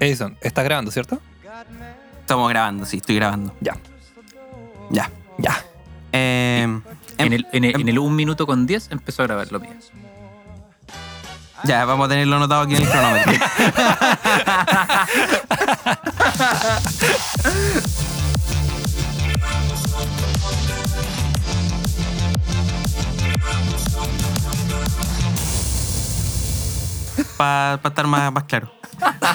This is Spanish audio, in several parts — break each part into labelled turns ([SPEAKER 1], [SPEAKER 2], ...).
[SPEAKER 1] Edison, estás grabando, ¿cierto?
[SPEAKER 2] Estamos grabando, sí, estoy grabando.
[SPEAKER 1] Ya.
[SPEAKER 2] Ya.
[SPEAKER 1] Ya.
[SPEAKER 2] Eh, em-
[SPEAKER 3] En el, en, el,
[SPEAKER 2] em-
[SPEAKER 3] en el 1 minuto con 10 empezó a grabar lo mío.
[SPEAKER 2] Ya, vamos a tenerlo anotado aquí en el cronómetro. Para estar más, más claro.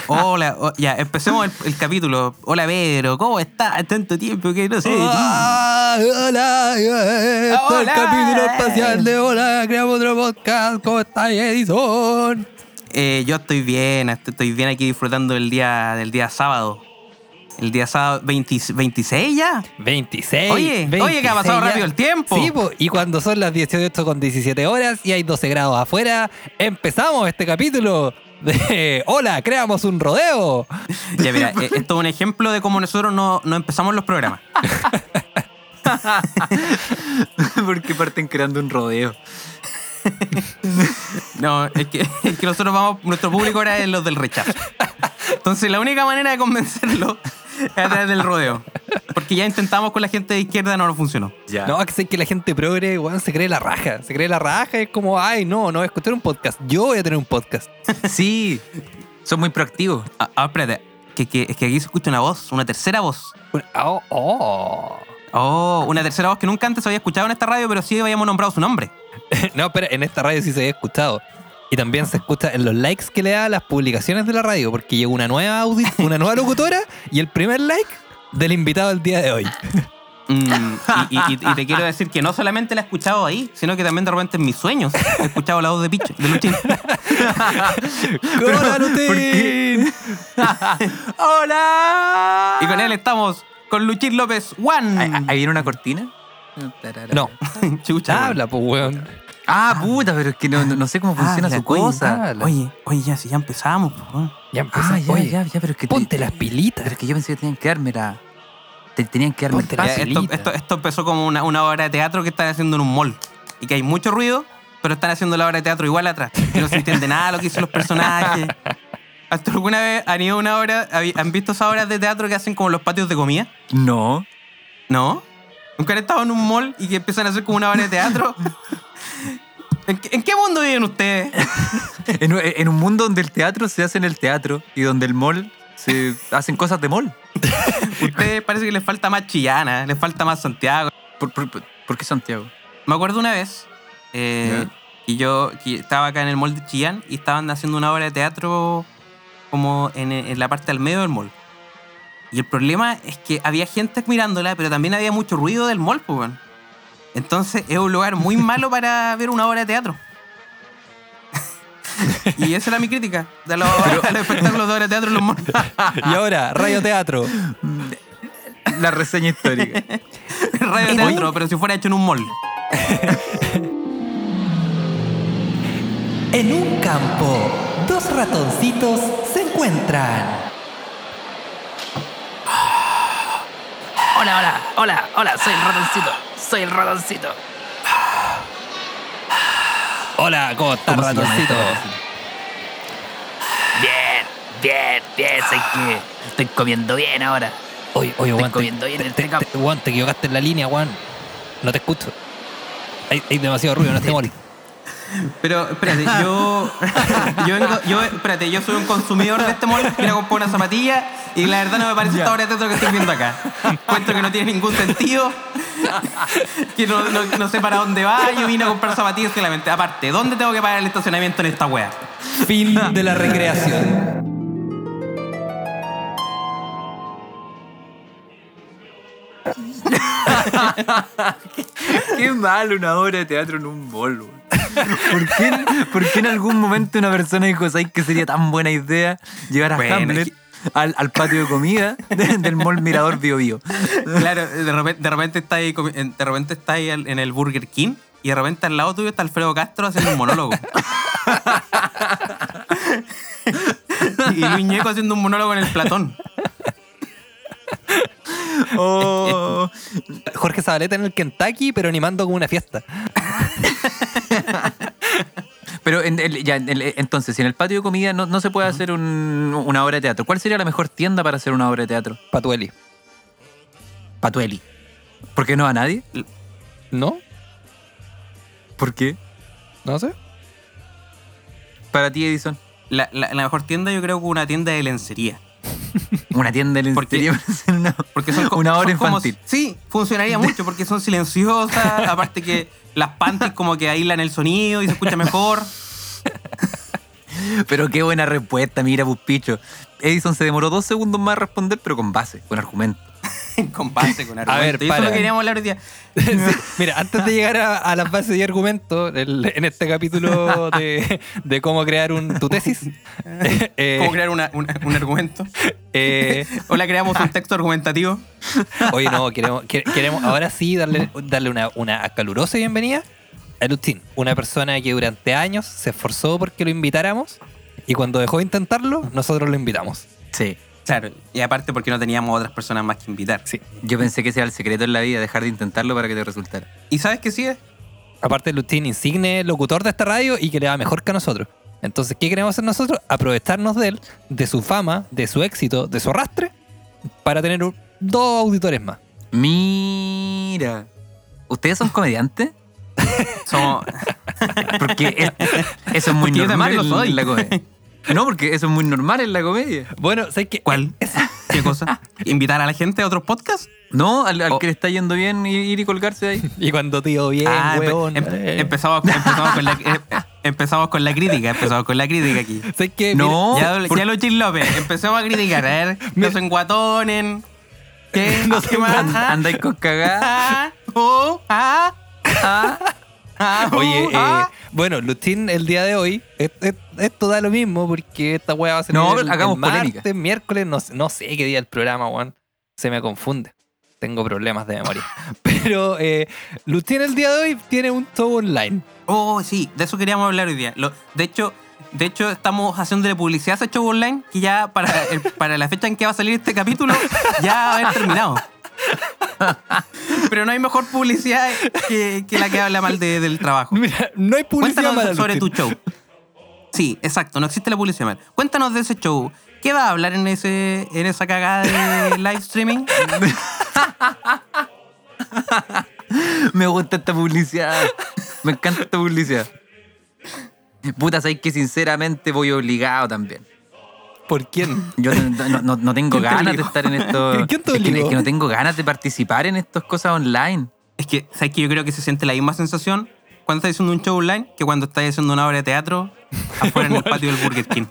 [SPEAKER 2] Hola, o- ya, empecemos el, el capítulo. Hola Pedro, ¿cómo estás? Tanto tiempo que no sé. de ti.
[SPEAKER 1] Ah, hola, eh, esto es el
[SPEAKER 2] Hola.
[SPEAKER 1] capítulo espacial de Hola, creamos otro podcast. ¿Cómo estás, Edison?
[SPEAKER 2] Eh, yo estoy bien, est- estoy bien aquí disfrutando del día, del día sábado. El día sábado 20 26 ya.
[SPEAKER 1] 26.
[SPEAKER 2] Oye, oye, que ha
[SPEAKER 1] 26 ya.
[SPEAKER 2] pasado rápido el tiempo.
[SPEAKER 1] Sí, po, y cuando son las 18 con 17 horas y hay 12 grados afuera, empezamos este capítulo de Hola, creamos un rodeo.
[SPEAKER 2] Ya, mira, eh, esto es un ejemplo de cómo nosotros no, no empezamos los programas.
[SPEAKER 3] Porque parten creando un rodeo.
[SPEAKER 2] No, es que, es que nosotros vamos, nuestro público era de los del rechazo. Entonces, la única manera de convencerlo es a través del rodeo. Porque ya intentamos con la gente de izquierda, no nos funcionó.
[SPEAKER 3] Ya.
[SPEAKER 1] No, que sé que la gente progre, weón, se cree la raja. Se cree la raja y es como, ay, no, no voy a escuchar un podcast. Yo voy a tener un podcast.
[SPEAKER 3] Sí, son muy proactivos.
[SPEAKER 2] Ah, ah, espérate, que, que- es que aquí se escucha una voz, una tercera voz.
[SPEAKER 1] Oh, oh.
[SPEAKER 2] Oh, una tercera voz que nunca antes había escuchado en esta radio, pero sí habíamos nombrado su nombre.
[SPEAKER 1] No, pero en esta radio sí se había escuchado. Y también se escucha en los likes que le da a las publicaciones de la radio, porque llegó una nueva audi- una nueva locutora y el primer like del invitado del día de hoy.
[SPEAKER 2] Mm, y, y- y- y te quiero decir que no solamente la he escuchado ahí, sino que también de repente en mis sueños he escuchado la voz de Picho, de Luchín.
[SPEAKER 1] ¡Hola, Lutín!
[SPEAKER 3] ¡Hola!
[SPEAKER 2] Y con él estamos con Luchín López Juan.
[SPEAKER 3] ¿Ahí, ahí viene una cortina?
[SPEAKER 1] No,
[SPEAKER 2] Chucha.
[SPEAKER 1] habla, pues, weón.
[SPEAKER 3] Ah, puta, pero es que no, no- no sé cómo
[SPEAKER 2] weón.
[SPEAKER 3] funciona
[SPEAKER 2] Habla,
[SPEAKER 3] su
[SPEAKER 2] coño,
[SPEAKER 3] cosa.
[SPEAKER 1] habla.
[SPEAKER 2] Oye, oye, ya, si ya empezamos. po, weón.
[SPEAKER 1] Ya
[SPEAKER 3] Ah, ya,
[SPEAKER 1] oye,
[SPEAKER 3] ya, ya, pero es que. te-
[SPEAKER 1] Ponte las
[SPEAKER 3] Pero
[SPEAKER 1] pilitas.
[SPEAKER 3] es que yo pensé que tenían que dármela. Te, tenían que darme
[SPEAKER 1] Ponte
[SPEAKER 3] el
[SPEAKER 1] la-
[SPEAKER 2] Ya,
[SPEAKER 3] pase.
[SPEAKER 2] esto,
[SPEAKER 1] facilita.
[SPEAKER 2] esto- esto empezó como una, una obra de teatro que están haciendo en un mall. Y que hay mucho ruido, pero están haciendo la obra de teatro igual atrás. Y no se entiende nada lo que dicen los personajes. ¿Hasta alguna vez han ido a una obra, habi- han visto esas obras de teatro que hacen como en los patios de comida?
[SPEAKER 3] No.
[SPEAKER 2] ¿No? ¿Nunca han estado en un mall y que empiezan a hacer como una obra de teatro? ¿En qué, en qué mundo viven ustedes?
[SPEAKER 3] En, un- en un mundo donde el teatro se hace en el teatro y donde el mall se hacen cosas de mall.
[SPEAKER 2] Ustedes parece que les falta más Chillana, les falta más Santiago.
[SPEAKER 3] ¿Por, por- por- por qué Santiago?
[SPEAKER 2] Me acuerdo una vez eh, que yo que estaba acá en el mall de Chillán y estaban haciendo una obra de teatro como en, en la parte del medio del mall. Y el problema es que había gente mirándola, pero también había mucho ruido del mall, pues, weón. Entonces es un lugar muy malo para ver una obra de teatro. y esa era mi crítica de los, a los espectáculos de obra de teatro en los malls.
[SPEAKER 1] Y ahora, radio teatro.
[SPEAKER 3] La reseña histórica.
[SPEAKER 2] Radio
[SPEAKER 1] ¿En
[SPEAKER 2] teatro, pero si fuera hecho en un mall.
[SPEAKER 1] En un campo, dos ratoncitos se encuentran.
[SPEAKER 4] Hola, hola, hola, hola, soy el ratoncito, soy el ratoncito.
[SPEAKER 1] Hola, ¿cómo estás,
[SPEAKER 3] ¿Cómo se llama
[SPEAKER 1] ratoncito?
[SPEAKER 3] esta canción?
[SPEAKER 4] Bien, bien, bien, sé que estoy comiendo bien ahora.
[SPEAKER 1] Oye, oye, Juan, te,
[SPEAKER 4] comiendo bien
[SPEAKER 1] te-
[SPEAKER 4] el
[SPEAKER 1] te-
[SPEAKER 4] teca-
[SPEAKER 1] te- Juan, te equivocaste en la línea, Juan. No te escucho. Hay, hay demasiado ruido en este mall.
[SPEAKER 2] Pero espérate, yo, yo, vengo- yo- espérate, yo soy un consumidor de este mall, vine a comprar una zapatilla y la verdad no me parece esta obra de teatro que estoy viendo acá. Encuentro que no tiene ningún sentido, que no, no- no sé para dónde va, yo vine a comprar zapatillas solamente. Aparte, ¿dónde tengo que pagar el estacionamiento en esta wea?
[SPEAKER 1] Fin de la recreación.
[SPEAKER 3] Qué mal una obra de teatro en un mall. weón. ¿Por qué, por qué en algún momento una persona dijo, ¿sabes que sería tan buena idea llevar a
[SPEAKER 2] Bueno,
[SPEAKER 3] Hamlet al, al patio de comida de- del mall Mirador Bio Bio?
[SPEAKER 2] Claro, de repente, de repente está ahí, comi- de repente está ahí al- en el Burger King y de repente al lado tuyo está Alfredo Castro haciendo un monólogo. y Luñeco haciendo un monólogo en el Platón.
[SPEAKER 3] Oh,
[SPEAKER 1] Jorge Zabaleta en el Kentucky, pero animando como una fiesta.
[SPEAKER 3] Pero en el- ya, en el- entonces, si en el patio de comida no, no se puede hacer un- una obra de teatro, ¿cuál sería la mejor tienda para hacer una obra de teatro?
[SPEAKER 1] Patueli.
[SPEAKER 3] Patueli. ¿Por qué no a nadie?
[SPEAKER 1] ¿No?
[SPEAKER 3] ¿Por qué?
[SPEAKER 1] No sé.
[SPEAKER 3] Para ti, Edison.
[SPEAKER 2] La, la- la mejor tienda yo creo que una tienda de lencería.
[SPEAKER 3] Una tienda de
[SPEAKER 2] ¿Por qué?
[SPEAKER 3] lencería para hacer una,
[SPEAKER 2] Porque son co-
[SPEAKER 3] una obra
[SPEAKER 2] son como-
[SPEAKER 3] infantil.
[SPEAKER 2] sí, funcionaría mucho porque son silenciosas. aparte que las panties como que aislan el sonido y se escucha mejor.
[SPEAKER 3] Pero qué buena respuesta, mira, Buspicho. Edison se demoró dos segundos más a responder, pero con base, con argumento.
[SPEAKER 2] con base, con argumento.
[SPEAKER 1] ver,
[SPEAKER 2] y eso es
[SPEAKER 1] para.
[SPEAKER 2] lo que queríamos hablar hoy día.
[SPEAKER 1] Sí, Mira, antes de llegar a, a las bases de argumento, el- en este capítulo de, de cómo crear un, tu tesis, eh,
[SPEAKER 2] ¿Cómo crear una- una- un argumento?
[SPEAKER 1] eh,
[SPEAKER 2] Hola, creamos un texto argumentativo.
[SPEAKER 1] Oye, no, queremos, que- queremos ahora sí darle, darle una, una calurosa bienvenida a Lutín, una persona que durante años se esforzó porque lo invitáramos y cuando dejó de intentarlo, nosotros lo invitamos.
[SPEAKER 3] Sí.
[SPEAKER 2] Claro, y aparte porque no teníamos otras personas más que invitar.
[SPEAKER 1] Sí.
[SPEAKER 3] Yo pensé que ese era el secreto en la vida, dejar de intentarlo para que te resultara.
[SPEAKER 2] ¿Y sabes qué sí es?
[SPEAKER 1] Aparte, Lutín, insigne locutor de esta radio y que le va mejor que a nosotros. Entonces, ¿qué queremos hacer nosotros? Aprovecharnos de él, de su fama, de su éxito, de su arrastre, para tener un- dos auditores más.
[SPEAKER 3] Mira. ¿Ustedes son comediantes?
[SPEAKER 2] Somos...
[SPEAKER 3] Porque es- eso es muy
[SPEAKER 2] Porque yo
[SPEAKER 3] normal
[SPEAKER 2] también lo
[SPEAKER 3] en,
[SPEAKER 2] soy.
[SPEAKER 3] en la comedia. No, porque eso es muy normal en la comedia.
[SPEAKER 1] Bueno, ¿sabes qué?
[SPEAKER 2] ¿Cuál? ¿Qué cosa? ¿Invitar a la gente a otros podcasts?
[SPEAKER 3] No, al, al
[SPEAKER 2] Oh.
[SPEAKER 3] que le está yendo bien ir, ir y colgarse de ahí.
[SPEAKER 1] Y cuando tío bien,
[SPEAKER 2] Ah, empe-
[SPEAKER 1] huevón.
[SPEAKER 2] em-
[SPEAKER 1] eh.
[SPEAKER 2] empezamos, empezamos con la, em- empezamos con la crítica, empezamos con la crítica aquí.
[SPEAKER 1] ¿Sabes qué?
[SPEAKER 3] No,
[SPEAKER 1] Mira,
[SPEAKER 2] Eh, ya,
[SPEAKER 3] por-
[SPEAKER 2] ya lo Gil López, empezamos a criticar, a ver,
[SPEAKER 1] Mira.
[SPEAKER 2] no se enguatonen. ¿Qué? No se
[SPEAKER 3] And- Andáis con cagada.
[SPEAKER 2] Ah, oh, ah, ah, ah, oh,
[SPEAKER 1] Oye, eh,
[SPEAKER 2] ah.
[SPEAKER 1] bueno, Lutín, el día de hoy, et- et- esto da lo mismo porque esta weá va a ser
[SPEAKER 3] No,
[SPEAKER 1] el,
[SPEAKER 3] hagamos
[SPEAKER 1] el martes,
[SPEAKER 3] polémica.
[SPEAKER 1] miércoles, no, sé- no sé qué día el programa, weón. Se me confunde. Tengo problemas de memoria. Pero eh, Lutín el día de hoy tiene un show online.
[SPEAKER 2] Oh, sí, de eso queríamos hablar hoy día. Lo- de hecho, de hecho estamos haciéndole publicidad a ese show online que ya para, el- para la fecha en que va a salir este capítulo ya va a haber terminado. Pero no hay mejor publicidad que, que la que habla mal de- del trabajo.
[SPEAKER 1] Mira, no hay publicidad
[SPEAKER 2] Cuéntanos
[SPEAKER 1] mala,
[SPEAKER 2] sobre tu
[SPEAKER 1] Lutín.
[SPEAKER 2] show. Sí, exacto, no existe la publicidad mal. Cuéntanos de ese show. ¿Qué va a hablar en ese en esa cagada de live streaming?
[SPEAKER 3] Me gusta esta publicidad. Me encanta esta publicidad. Puta, sabéis que sinceramente voy obligado también.
[SPEAKER 1] ¿Por quién?
[SPEAKER 3] Yo no, no- no- no tengo
[SPEAKER 2] ¿Quién te
[SPEAKER 3] ganas de
[SPEAKER 2] obligó?
[SPEAKER 3] estar en esto.
[SPEAKER 1] ¿Quién te
[SPEAKER 3] es, que,
[SPEAKER 1] obligó?
[SPEAKER 3] es que no tengo ganas de participar en estas cosas online.
[SPEAKER 2] Es que, ¿sabes que Yo creo que se siente la misma sensación cuando estás haciendo un show online que cuando estás haciendo una obra de teatro afuera en el patio del Burger King.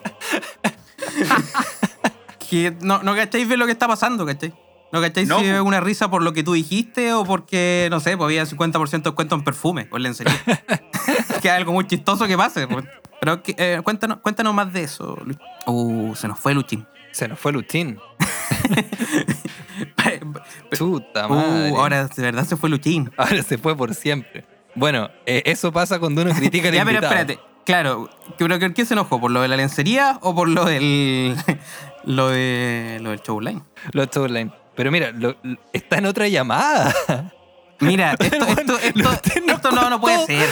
[SPEAKER 2] que no, no cacháis bien lo que está pasando, ¿cacháis? No cacháis
[SPEAKER 3] No,
[SPEAKER 2] si
[SPEAKER 3] po.
[SPEAKER 2] es una risa por lo que tú dijiste o porque, no sé, pues había 50% de descuento en perfume o en lencería. que es algo muy chistoso que pase. pues. Pero que, eh, cuéntanos, cuéntanos más de eso, Luis. Uh, se nos fue Luchín.
[SPEAKER 1] Se nos fue Lutín. Chuta madre.
[SPEAKER 2] Uh, ahora de verdad se fue Luchín.
[SPEAKER 1] Ahora se fue por siempre. Bueno, eh, eso pasa cuando uno critica al
[SPEAKER 2] Ya, pero
[SPEAKER 1] invitado.
[SPEAKER 2] espérate. Claro, ¿pero ¿por qué se enojó? ¿Por lo de la lencería o por lo del. lo, de, lo del show online?
[SPEAKER 1] Los show online. Pero mira, lo- lo- está en otra llamada.
[SPEAKER 2] Mira, esto, esto, esto, esto no, no puede ser.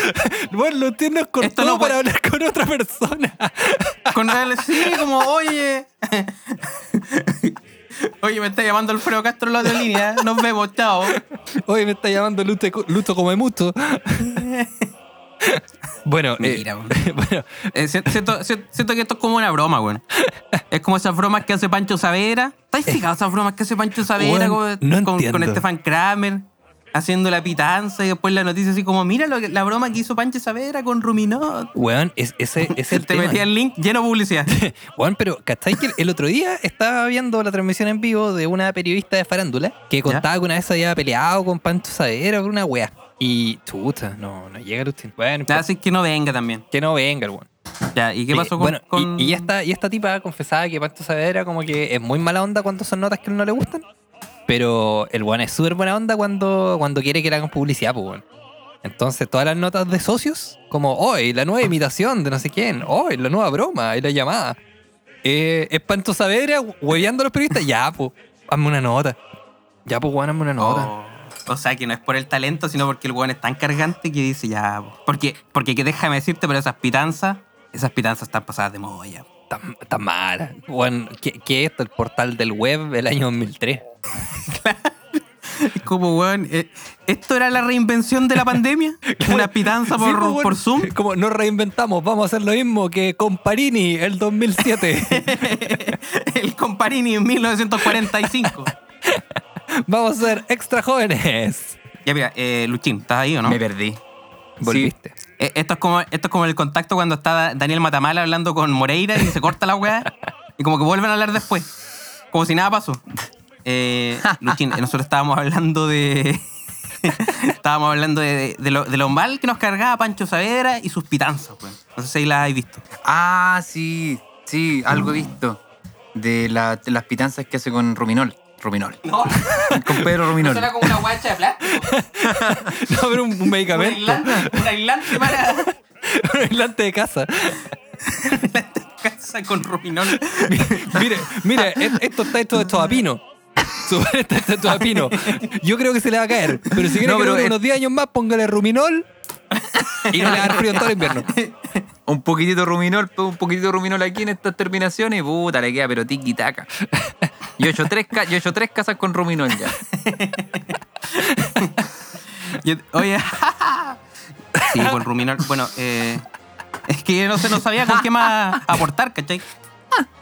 [SPEAKER 1] Bueno, Lutín nos cortó
[SPEAKER 2] Esto
[SPEAKER 1] para
[SPEAKER 2] no puede-
[SPEAKER 1] hablar con otra persona.
[SPEAKER 2] Con el- sí, como, oye. Oye, me está llamando Alfredo Castro en la otra línea. Nos vemos, chao.
[SPEAKER 1] Hoy me está llamando Luto, Luto como mucho. Bueno, eh,
[SPEAKER 2] Mira, weón.
[SPEAKER 1] bueno,
[SPEAKER 2] Eh, si- siento, si- siento que esto es como una broma, güey. Es como esas bromas que hace Pancho Savera. ¿Estáis fijados esas bromas que hace Pancho Savera
[SPEAKER 1] Eh. Weón,
[SPEAKER 2] con,
[SPEAKER 1] no
[SPEAKER 2] con- con
[SPEAKER 1] entiendo.
[SPEAKER 2] Estefan Kramer? Haciendo la pitanza y después la noticia así como, mira lo que- la broma que hizo Pancho Savera con Ruminot.
[SPEAKER 1] weón, es, ese es el
[SPEAKER 2] Te
[SPEAKER 1] tema.
[SPEAKER 2] metía el link lleno de publicidad.
[SPEAKER 1] Weón, pero ¿cachai que el otro día estaba viendo la transmisión en vivo de una periodista de farándula que contaba que una vez había peleado con Pancho Sadera por una wea? Y chuta, no, no llega Lutín. Bueno,
[SPEAKER 2] Ya, así que no venga también.
[SPEAKER 1] que no venga el weón.
[SPEAKER 2] Ya, ¿y qué
[SPEAKER 1] Sí,
[SPEAKER 2] pasó con...?
[SPEAKER 1] bueno, y-
[SPEAKER 2] con-
[SPEAKER 1] Y, esta, y esta tipa confesaba que Pancho Saavedra como que es muy mala onda cuando son notas que a él no le gustan. Pero el weón es súper buena onda cuando, cuando quiere que le hagan publicidad, pues weón. Entonces, todas las notas de socios, como hoy, la nueva imitación de no sé quién, hoy, la nueva broma, y la llamada. Eh, es Pancho Saavedra hueveando a los periodistas, ya, pues, hazme una nota. Ya, pues, weón, hazme una nota.
[SPEAKER 2] Oh. O sea, que no es por el talento, sino porque el weón es tan cargante que dice ya. po. Porque, porque que déjame decirte, pero esas pitanzas, esas pitanzas están pasadas de moda ya.
[SPEAKER 1] Tan, tan mala. Bueno, ¿qué, qué es esto? El portal del web del año 2003.
[SPEAKER 2] Es como, weón, eh, ¿esto era la reinvención de la pandemia? ¿Una pitanza por,
[SPEAKER 1] Sí, pues, bueno,
[SPEAKER 2] por Zoom?
[SPEAKER 1] Como nos reinventamos, vamos a hacer lo mismo que con Parini el 2007.
[SPEAKER 2] El Comparini en 1945.
[SPEAKER 1] vamos a ser extra jóvenes.
[SPEAKER 2] ya, mira, eh, Luchín, ¿estás ahí o no?
[SPEAKER 3] Me perdí.
[SPEAKER 1] Volviste.
[SPEAKER 2] Eh, Esto es, como, esto es como el contacto cuando está Daniel Matamala hablando con Moreira y se corta la weá. Y como que vuelven a hablar después. Como si nada pasó. Eh, Luchín, eh, nosotros estábamos hablando de. estábamos hablando de, de lo, de lo mal que nos cargaba Pancho Saavedra y sus pitanzas, weón. No sé si ahí las habéis visto.
[SPEAKER 3] Ah, sí, sí, algo he visto. De, la- de las pitanzas que hace con Ruminol. Ruminol.
[SPEAKER 2] No,
[SPEAKER 3] Con Pedro Ruminol.
[SPEAKER 2] como una guacha de plástico.
[SPEAKER 1] No, pero un, un medicamento.
[SPEAKER 2] un aislante para
[SPEAKER 1] Un aislante de casa.
[SPEAKER 2] casa con ruminol.
[SPEAKER 1] Mire, mire, e- esto está hecho de todapino. Su pared está hecho de todapino. Yo creo que se le va a caer. Pero si quiere
[SPEAKER 3] No,
[SPEAKER 1] que
[SPEAKER 3] pero
[SPEAKER 1] dure
[SPEAKER 3] es-
[SPEAKER 1] unos 10 años más, póngale ruminol y no le va a dar frío en todo el invierno.
[SPEAKER 3] Un poquitito Ruminol, pe- un poquitito Ruminol aquí en estas terminaciones. y Puta, le queda pero tiki taca. Yo he hecho tres, ca- yo he hecho tres casas con Ruminol ya.
[SPEAKER 2] Yo- oye, sí, con ruminol. Bueno, eh, es que yo no sé, no sabía con qué más aportar, ¿cachai?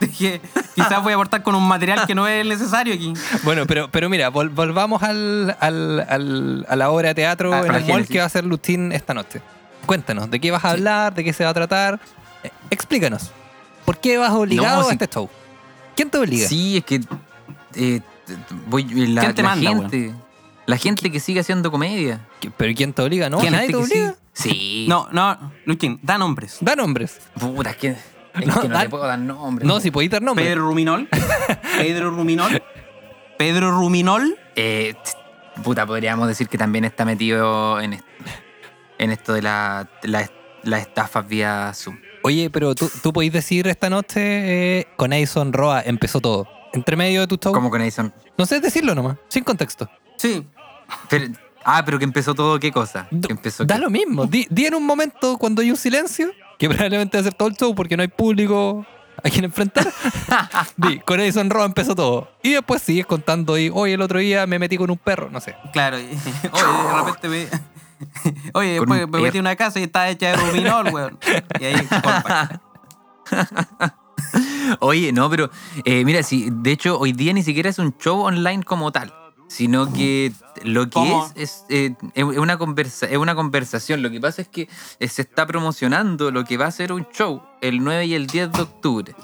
[SPEAKER 2] Dije, quizás voy a aportar con un material que no es necesario aquí.
[SPEAKER 1] Bueno, pero, pero mira, vol- volvamos al, al- al- a la obra de teatro
[SPEAKER 2] Ah,
[SPEAKER 1] en
[SPEAKER 2] a la
[SPEAKER 1] el mall
[SPEAKER 2] génesis.
[SPEAKER 1] que va a hacer Lutín esta noche. Cuéntanos, ¿de qué vas a hablar? ¿De qué se va a tratar? Eh, explícanos. ¿Por qué vas obligado
[SPEAKER 3] No,
[SPEAKER 1] a
[SPEAKER 3] sí.
[SPEAKER 1] este show? ¿Quién te obliga?
[SPEAKER 3] Sí, es que eh, t- voy, la,
[SPEAKER 2] ¿Quién te
[SPEAKER 3] la
[SPEAKER 2] manda,
[SPEAKER 3] gente, la gente que sigue haciendo comedia.
[SPEAKER 1] ¿Qui- ¿Pero quién te obliga? No,
[SPEAKER 3] ¿Quién
[SPEAKER 1] nadie te
[SPEAKER 3] que sigue-
[SPEAKER 1] obliga.
[SPEAKER 3] Sí.
[SPEAKER 2] No, no, Luchín, da nombres.
[SPEAKER 1] Da nombres.
[SPEAKER 3] Puta, es que, es
[SPEAKER 1] No,
[SPEAKER 3] que no
[SPEAKER 1] da-
[SPEAKER 3] le puedo dar nombre.
[SPEAKER 1] No, si podéis dar nombres.
[SPEAKER 2] Pedro Ruminol. Pedro Ruminol. Pedro Ruminol.
[SPEAKER 3] Eh, t- puta, podríamos decir que también está metido en, est- en esto de la, la, las estafas vía Zoom.
[SPEAKER 1] Oye, pero tú, tú podéis decir esta noche eh, con Edison Roa empezó todo. Entre medio de tu show.
[SPEAKER 3] Como con Edison.
[SPEAKER 1] No sé decirlo nomás, sin contexto.
[SPEAKER 2] Sí.
[SPEAKER 3] Pero- ah, pero que empezó todo, ¿qué cosa?
[SPEAKER 1] Do-
[SPEAKER 3] Que empezó
[SPEAKER 1] da
[SPEAKER 3] qué?
[SPEAKER 1] lo mismo. Di, di en un momento cuando hay un silencio, que probablemente va a ser todo el show porque no hay público a quien enfrentar. di, con Edison Roa empezó todo. Y después sigues contando y hoy el otro día me metí con un perro, no sé.
[SPEAKER 2] Claro, y- oye, de repente me. Oye, después
[SPEAKER 3] Con un E.
[SPEAKER 2] me metí en una casa y estaba hecha de ruminol, weón. Y ahí, compa.
[SPEAKER 3] Oye, no, pero eh, mira, si, de hecho hoy día ni siquiera es un show online como tal, sino que lo que
[SPEAKER 2] ¿Cómo?
[SPEAKER 3] es es, eh, es una conversa, es una conversación. Lo que pasa es que eh, se está promocionando lo que va a ser un show el 9 y el 10 de octubre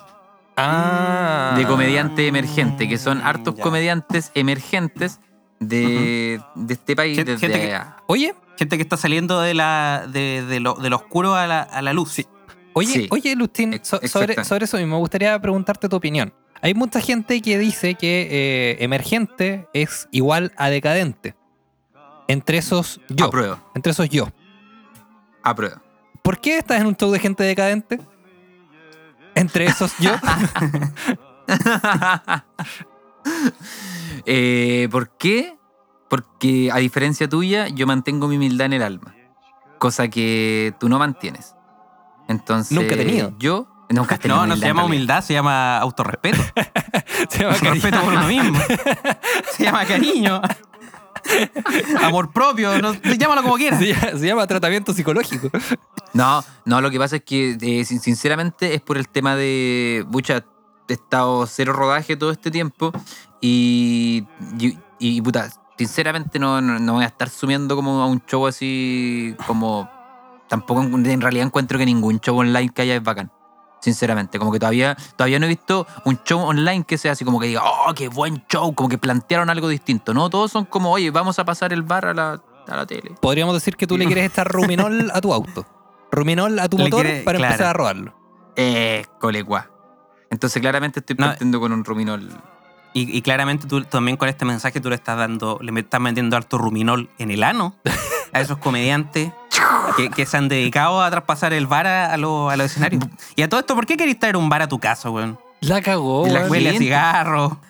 [SPEAKER 1] Ah.
[SPEAKER 3] de comediante emergente, que son hartos
[SPEAKER 2] Mm, Ya.
[SPEAKER 3] comediantes emergentes de, de este país.
[SPEAKER 2] Gente-
[SPEAKER 3] desde
[SPEAKER 2] gente que-
[SPEAKER 3] allá.
[SPEAKER 1] Oye,
[SPEAKER 2] Gente que está saliendo de la, de, de lo, del oscuro a la, a la luz.
[SPEAKER 1] Oye,
[SPEAKER 3] Sí.
[SPEAKER 1] oye Lustin,
[SPEAKER 3] Ex-
[SPEAKER 1] so- sobre,
[SPEAKER 3] exactamente.
[SPEAKER 1] sobre eso mismo, me gustaría preguntarte tu opinión. Hay mucha gente que dice que eh, emergente es igual a decadente. Entre esos yo.
[SPEAKER 3] Apruebo,
[SPEAKER 1] Entre esos yo.
[SPEAKER 3] apruebo.
[SPEAKER 1] ¿Por qué estás en un show de gente decadente? Entre esos yo.
[SPEAKER 3] Eh, ¿Por qué? Porque a diferencia tuya, yo mantengo mi humildad en el alma. Cosa que tú no mantienes. Entonces.
[SPEAKER 1] Nunca he tenido.
[SPEAKER 3] Yo nunca he tenido
[SPEAKER 2] No, no se
[SPEAKER 3] en
[SPEAKER 2] llama
[SPEAKER 3] realidad.
[SPEAKER 2] humildad, se llama autorrespeto.
[SPEAKER 1] se llama cariño.
[SPEAKER 2] respeto por uno mismo. Se llama cariño. Amor propio, no, llámalo como quieras.
[SPEAKER 1] Se llama- se llama tratamiento psicológico.
[SPEAKER 3] No, no, lo que pasa es que, eh, sin- sinceramente, es por el tema de. Bucha, he estado cero rodaje todo este tiempo. Y. Y, y, puta, sinceramente, no, no, no voy a estar sumiendo como a un show así. Como. Tampoco en en realidad encuentro que ningún show online que haya es bacán. Sinceramente, como que todavía, todavía no he visto un show online que sea así como que diga, oh, qué buen show, como que plantearon algo distinto. No, todos son como, oye, vamos a pasar el bar a la, a la tele.
[SPEAKER 1] Podríamos decir que tú le quieres echar ruminol a tu auto. Ruminol a tu
[SPEAKER 2] Le
[SPEAKER 1] motor
[SPEAKER 2] quiere-
[SPEAKER 1] para
[SPEAKER 2] claro.
[SPEAKER 1] empezar a robarlo.
[SPEAKER 3] Eh, coleguá. Entonces claramente estoy
[SPEAKER 2] No.
[SPEAKER 3] partiendo con un ruminol.
[SPEAKER 2] Y, y claramente tú también con este mensaje tú le estás dando, le estás metiendo harto ruminol en el ano a esos comediantes que, que se han dedicado a traspasar el bar a, a los a los escenarios. Y a todo esto, ¿por qué querés traer un bar a tu casa, weón?
[SPEAKER 1] La cagó.
[SPEAKER 3] La
[SPEAKER 1] weón.
[SPEAKER 2] Huele a
[SPEAKER 3] Gente.
[SPEAKER 2] cigarro.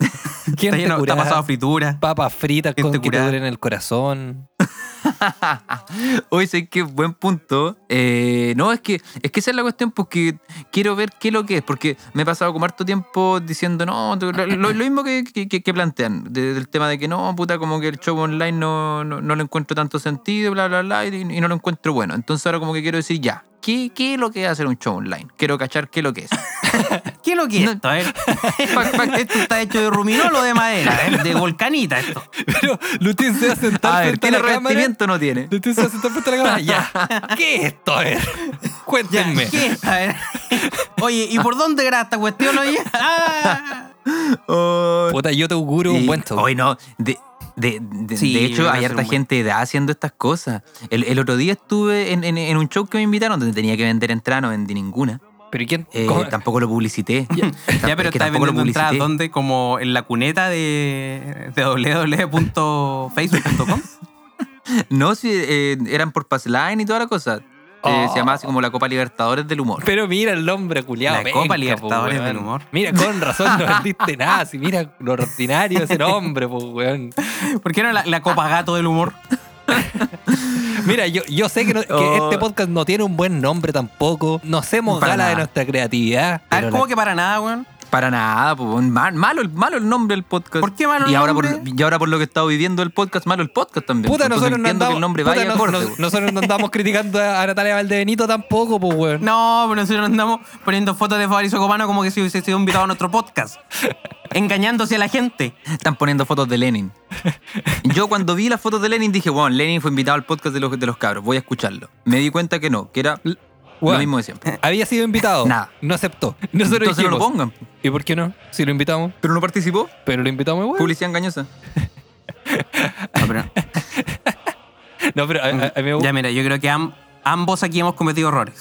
[SPEAKER 1] ¿Quién te
[SPEAKER 2] Está lleno,
[SPEAKER 1] cura?
[SPEAKER 2] está pasado fritura.
[SPEAKER 1] Papas fritas
[SPEAKER 2] ¿Quién
[SPEAKER 1] con
[SPEAKER 2] te
[SPEAKER 1] que te
[SPEAKER 2] cura?
[SPEAKER 1] duelen el corazón.
[SPEAKER 3] Hoy sé que buen punto. Eh, no, es que, es que esa es la cuestión, porque quiero ver qué es lo que es, porque me he pasado como harto tiempo diciendo, no, tú- lo, lo- lo mismo que, que- que- que plantean, de- del tema de que no, puta, como que el show online no, no, no le encuentro tanto sentido, bla, bla, bla, y, y no lo encuentro bueno. Entonces ahora como que quiero decir, ya, ¿qué, qué es lo que es hacer un show online? Quiero cachar qué es lo que es.
[SPEAKER 2] ¿Qué es lo que es
[SPEAKER 3] No.
[SPEAKER 2] esto? eh? Pa- pa- esto está hecho de ruminolo de madera, eh, de volcanita esto.
[SPEAKER 1] Pero Lutín se va a sentar
[SPEAKER 3] A ver,
[SPEAKER 1] frente a
[SPEAKER 3] ¿tiene
[SPEAKER 1] la cámara.
[SPEAKER 3] revestimiento o no tiene?
[SPEAKER 1] Lutín se va a sentar frente a la cámara. Ah, Ya. ¿Qué es esto? A ver, cuéntenme.
[SPEAKER 2] ¿Qué es? A ver. Oye, ¿y por dónde graba esta cuestión, oye? Ah.
[SPEAKER 3] Oh,
[SPEAKER 1] Puta, yo te auguro un
[SPEAKER 3] Y-
[SPEAKER 1] buen show.
[SPEAKER 3] Hoy no, de, de- de-
[SPEAKER 2] Sí,
[SPEAKER 3] de
[SPEAKER 2] yo
[SPEAKER 3] hecho
[SPEAKER 2] creo
[SPEAKER 3] hay
[SPEAKER 2] que es
[SPEAKER 3] harta
[SPEAKER 2] un buen-
[SPEAKER 3] gente de edad haciendo estas cosas. El, el otro día estuve en, en- en un show que me invitaron donde tenía que vender entrada, no vendí ninguna.
[SPEAKER 1] Pero ¿y quién?
[SPEAKER 3] Eh,
[SPEAKER 1] ¿Cómo?
[SPEAKER 3] tampoco lo publicité. Tamp-
[SPEAKER 2] Ya, pero
[SPEAKER 3] es que
[SPEAKER 2] está
[SPEAKER 3] tampoco lo
[SPEAKER 2] vendiendo entradas
[SPEAKER 3] publicité.
[SPEAKER 2] donde, como en la cuneta de, de www.facebook.com.
[SPEAKER 3] No, sí, eh, eran por Passline y toda la cosa. Eh,
[SPEAKER 1] Oh.
[SPEAKER 3] Se llamaba así como la Copa Libertadores del Humor.
[SPEAKER 1] Pero mira el hombre culiado.
[SPEAKER 2] La Copa Libertadores del humor.
[SPEAKER 1] Mira, con razón no vendiste nada. Si mira lo ordinario de ese hombre, pues, weón.
[SPEAKER 2] ¿Por qué no la, la copa gato del humor?
[SPEAKER 1] Mira, yo, yo sé que, no- que
[SPEAKER 3] Oh.
[SPEAKER 1] este podcast no tiene un buen nombre tampoco. No hacemos
[SPEAKER 2] Para
[SPEAKER 1] gala de
[SPEAKER 2] nada.
[SPEAKER 1] nuestra creatividad.
[SPEAKER 2] Ah,
[SPEAKER 1] pero
[SPEAKER 2] ¿Cómo
[SPEAKER 1] la-
[SPEAKER 2] que para nada, weón?
[SPEAKER 3] Para nada, po, weón. Mal- malo, el- malo el nombre del podcast.
[SPEAKER 2] ¿Por qué malo
[SPEAKER 3] y
[SPEAKER 2] el
[SPEAKER 3] ahora
[SPEAKER 2] nombre?
[SPEAKER 3] Por, y ahora por lo que he estado viviendo el podcast, malo el podcast también.
[SPEAKER 1] Puta,
[SPEAKER 3] Entonces
[SPEAKER 1] nosotros no,
[SPEAKER 3] entiendo
[SPEAKER 1] andamos,
[SPEAKER 3] que el nombre
[SPEAKER 1] puta,
[SPEAKER 3] vaya
[SPEAKER 1] no-
[SPEAKER 3] acorde,
[SPEAKER 1] no-
[SPEAKER 3] weón.
[SPEAKER 1] nosotros no andamos criticando a a Natalia Valdebenito tampoco, pues, weón.
[SPEAKER 2] No, pero nosotros andamos poniendo fotos de Fabrizio Copano como que si hubiese sido invitado a nuestro podcast. Engañándose a la gente.
[SPEAKER 3] Están poniendo fotos de Lenin. Yo cuando vi las fotos de Lenin dije, bueno, Lenin fue invitado al podcast de los, de los cabros, voy a escucharlo. Me di cuenta que no, que era
[SPEAKER 1] Weón,
[SPEAKER 3] lo mismo de siempre.
[SPEAKER 1] Había sido invitado.
[SPEAKER 3] Nada.
[SPEAKER 1] No aceptó. Nosotros
[SPEAKER 3] Entonces no lo
[SPEAKER 1] dijimos,
[SPEAKER 3] pongan.
[SPEAKER 1] ¿Y por qué no? Si lo invitamos.
[SPEAKER 3] Pero no participó.
[SPEAKER 1] Pero lo invitamos igual.
[SPEAKER 3] Publicidad engañosa.
[SPEAKER 2] No, pero-
[SPEAKER 1] No, pero a, a- a mí me gusta.
[SPEAKER 2] Ya, mira, yo creo que am- ambos aquí hemos cometido errores.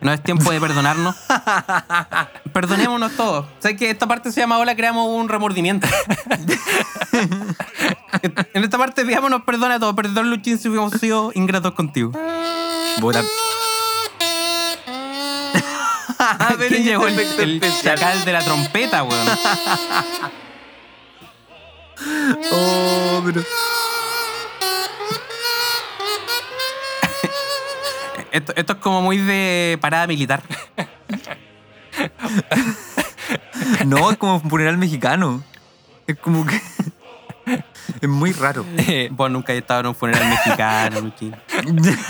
[SPEAKER 2] no es tiempo de perdonarnos. Perdonémonos todos. ¿Sabes que esta parte se llama Hola, creamos un remordimiento? en esta parte, digámonos perdona a todos. Perdón, Luchín, si hubiéramos sido ingratos contigo.
[SPEAKER 3] Puta.
[SPEAKER 2] ¿Quién llegó? El,
[SPEAKER 3] efecto
[SPEAKER 2] el
[SPEAKER 3] especial.
[SPEAKER 2] chacal de la trompeta, weón.
[SPEAKER 3] Oh, pero-
[SPEAKER 2] Esto, esto es como muy de parada militar.
[SPEAKER 3] No, es como un funeral mexicano. Es como que... Es muy raro.
[SPEAKER 2] Vos nunca has estado en un funeral mexicano, Luchín.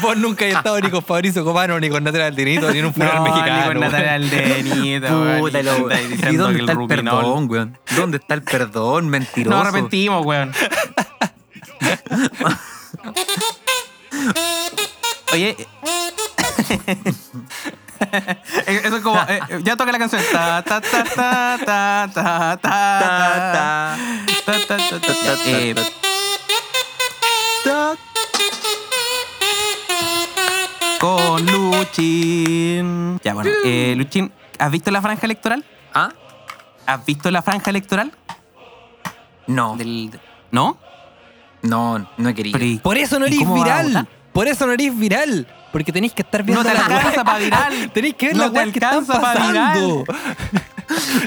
[SPEAKER 1] Vos nunca hayas estado ni con Fabrizio Copano, ni con Natalia Altinito, ni en un funeral
[SPEAKER 2] No,
[SPEAKER 1] mexicano.
[SPEAKER 2] ni con Natalia Aldenita, weón, ni
[SPEAKER 3] Puta, lo-
[SPEAKER 2] está
[SPEAKER 3] ¿Y
[SPEAKER 2] diciendo
[SPEAKER 3] dónde
[SPEAKER 2] que el
[SPEAKER 3] está el
[SPEAKER 2] Rubinol-
[SPEAKER 3] perdón, weón? ¿Dónde está el perdón, mentiroso?
[SPEAKER 2] Nos arrepentimos, weón. Oye. eh, Eso es como. eh, eh, ya toca la canción. Ta, ta, ta, ta, ta, ta, ta, ta.
[SPEAKER 3] Ta,
[SPEAKER 2] Ta, ta, ta, ta,
[SPEAKER 3] ta,
[SPEAKER 2] ta.
[SPEAKER 3] ta,
[SPEAKER 2] Eh,
[SPEAKER 3] ta, ta.
[SPEAKER 2] Con Luchín. Ya, bueno. eh, Luchín, ¿has visto la franja electoral?
[SPEAKER 3] ¿Ah?
[SPEAKER 2] ¿Has visto la franja electoral?
[SPEAKER 3] No.
[SPEAKER 2] Del- ¿No?
[SPEAKER 3] No, no he querido.
[SPEAKER 2] Pero ¿y-
[SPEAKER 1] Por eso no
[SPEAKER 2] ¿y
[SPEAKER 1] eres
[SPEAKER 2] cómo vas a
[SPEAKER 1] viral.
[SPEAKER 2] votar?
[SPEAKER 1] Por eso no eres viral. Porque tenéis que estar viendo
[SPEAKER 2] No te
[SPEAKER 1] la
[SPEAKER 2] alcanza para viral.
[SPEAKER 1] Tenéis que ver
[SPEAKER 2] No
[SPEAKER 1] la
[SPEAKER 2] te
[SPEAKER 1] weá que están
[SPEAKER 2] alcanza pa' viral.
[SPEAKER 1] pasando.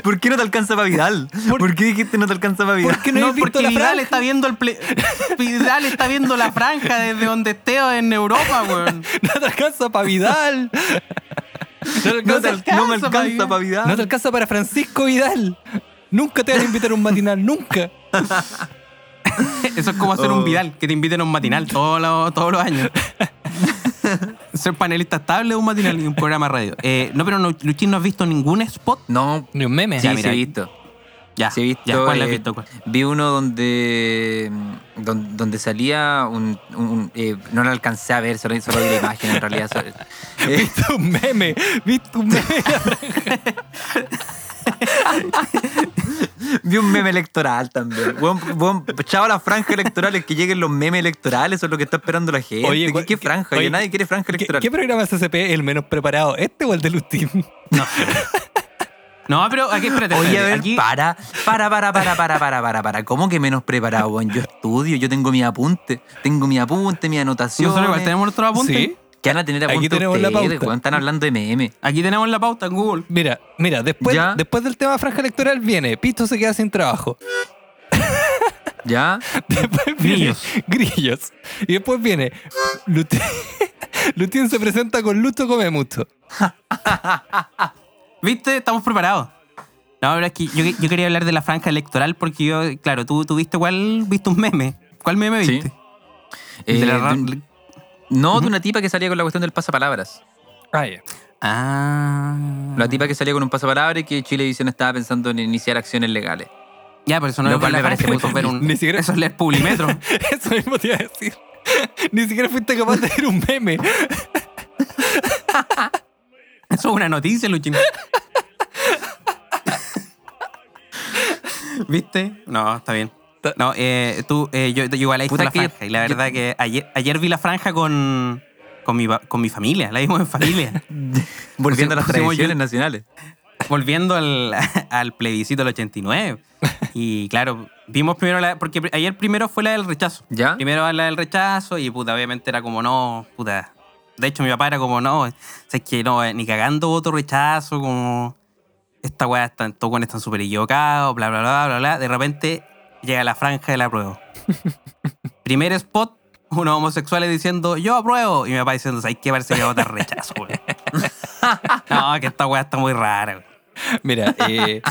[SPEAKER 3] ¿Por qué no te alcanza para Vidal? ¿Por, qué dijiste no te alcanza para Vidal?
[SPEAKER 1] ¿Por qué no,
[SPEAKER 2] No,
[SPEAKER 1] habéis visto
[SPEAKER 2] porque
[SPEAKER 1] la
[SPEAKER 2] Vidal
[SPEAKER 1] franja?
[SPEAKER 2] está viendo el ple- Vidal está viendo la franja desde donde esté en Europa, weón.
[SPEAKER 1] No te alcanza para Vidal. No te
[SPEAKER 3] No, te
[SPEAKER 1] alcanza,
[SPEAKER 3] al- no me
[SPEAKER 2] alcanza pa'
[SPEAKER 3] alcanza para Vidal.
[SPEAKER 1] no te alcanza para Francisco Vidal. Nunca te van a invitar a un matinal, nunca.
[SPEAKER 2] Eso es como hacer un Vidal, que te inviten a un matinal todos los, todos los años. Ser panelista estable de un matinal y un programa de radio. Eh, no, pero no, Luchín no has visto ningún spot.
[SPEAKER 3] No,
[SPEAKER 1] Ni un meme.
[SPEAKER 3] sí,
[SPEAKER 2] Ya, Ah,
[SPEAKER 3] sí
[SPEAKER 2] mira.
[SPEAKER 3] he visto.
[SPEAKER 2] Ya,
[SPEAKER 3] Sí he visto.
[SPEAKER 2] Ah, ya, ¿cuál has
[SPEAKER 3] eh,
[SPEAKER 2] visto? ¿Cuál?
[SPEAKER 3] Vi uno donde, mm, don- donde, salía un... un- un, eh, no lo alcancé a ver, solo, solo vi la imagen en realidad. solo- eh,
[SPEAKER 1] Viste un meme. Viste un meme.
[SPEAKER 3] vi un meme electoral también. Weón, weón, chao las franjas electorales, que lleguen los memes electorales, eso es lo que está esperando la gente.
[SPEAKER 1] Oye,
[SPEAKER 3] ¿Qué,
[SPEAKER 1] ¿cuál-
[SPEAKER 3] qué
[SPEAKER 1] qué-
[SPEAKER 3] franja?
[SPEAKER 1] oye,
[SPEAKER 3] Ya nadie quiere franja
[SPEAKER 1] ¿Qué,
[SPEAKER 3] electoral.
[SPEAKER 1] qué programa SCP es el menos preparado? ¿Este o el de Lustin?
[SPEAKER 2] No, pero aquí, espérate.
[SPEAKER 3] Oye,
[SPEAKER 2] espérate,
[SPEAKER 3] a ver,
[SPEAKER 2] aquí-
[SPEAKER 3] para, para, para, para, para, para, para, para. ¿Cómo que menos preparado, weón? Yo estudio, yo tengo mi apunte, tengo mi apunte, mi anotación.
[SPEAKER 2] nosotros igual tenemos nuestro apunte.
[SPEAKER 1] Sí.
[SPEAKER 3] ¿Qué van a tener a
[SPEAKER 1] Aquí
[SPEAKER 3] punto
[SPEAKER 1] tenemos la
[SPEAKER 3] ustedes,
[SPEAKER 1] pauta.
[SPEAKER 3] weón? Están hablando de meme.
[SPEAKER 2] Aquí tenemos la pauta en Google.
[SPEAKER 1] Mira, mira, después,
[SPEAKER 3] ¿Ya?
[SPEAKER 1] después del tema franja electoral viene, Pisto se queda sin trabajo.
[SPEAKER 3] ¿Ya?
[SPEAKER 1] Después viene
[SPEAKER 2] Grillos.
[SPEAKER 1] Grillos. Y después viene Lutien, Lutien se presenta con Luto come mucho.
[SPEAKER 2] ¿Viste? Estamos preparados. No, pero es que yo, yo quería hablar de la franja electoral porque yo, claro, tú, tú viste cuál, viste un meme. ¿Cuál meme
[SPEAKER 3] Sí.
[SPEAKER 2] viste?
[SPEAKER 3] Eh,
[SPEAKER 2] De la ra-
[SPEAKER 3] de un- no, de una tipa que salía con la cuestión del pasapalabras.
[SPEAKER 1] Ah, ya.
[SPEAKER 2] Ah.
[SPEAKER 3] La tipa que salía con un pasapalabra y que Chilevisión estaba pensando en iniciar acciones legales.
[SPEAKER 2] Ya, pero eso no
[SPEAKER 3] Lo
[SPEAKER 2] es
[SPEAKER 3] cual
[SPEAKER 2] la
[SPEAKER 3] me parece
[SPEAKER 2] franja,
[SPEAKER 3] muy
[SPEAKER 2] eso es ver un-
[SPEAKER 1] Ni siquiera-
[SPEAKER 2] Eso es leer Publimetro.
[SPEAKER 1] Eso mismo te iba a decir. Ni siquiera fuiste capaz de hacer un meme.
[SPEAKER 2] Eso es una noticia, Luchín. ¿Viste? No, está bien. No, eh, tú, eh, yo, yo igual ahí está
[SPEAKER 3] Puta
[SPEAKER 2] la
[SPEAKER 3] que yo-
[SPEAKER 2] franja. y la
[SPEAKER 3] yo-
[SPEAKER 2] verdad que ayer, ayer vi la franja con, con, mi, va- con mi familia. La vimos en familia.
[SPEAKER 3] Volviendo a las
[SPEAKER 2] pusimos yo-
[SPEAKER 3] tradiciones nacionales.
[SPEAKER 2] volviendo al, al plebiscito del 89. Y claro, vimos primero la. Porque pri- ayer primero fue la del rechazo.
[SPEAKER 3] ¿Ya?
[SPEAKER 2] Primero la del rechazo y puta, obviamente era como no, puta. De hecho, mi papá era como no, es que no, eh, ni cagando voto rechazo, como. Esta weá, están, todos weones están súper equivocados, bla, bla, bla, bla, bla. De repente llega la franja del apruebo. Primer spot, unos homosexuales diciendo, yo apruebo. Y mi papá diciendo, ¿sabes qué? Parece que voy a votar rechazo, weón. no, que esta weá está muy rara, weón.
[SPEAKER 1] Mira, eh,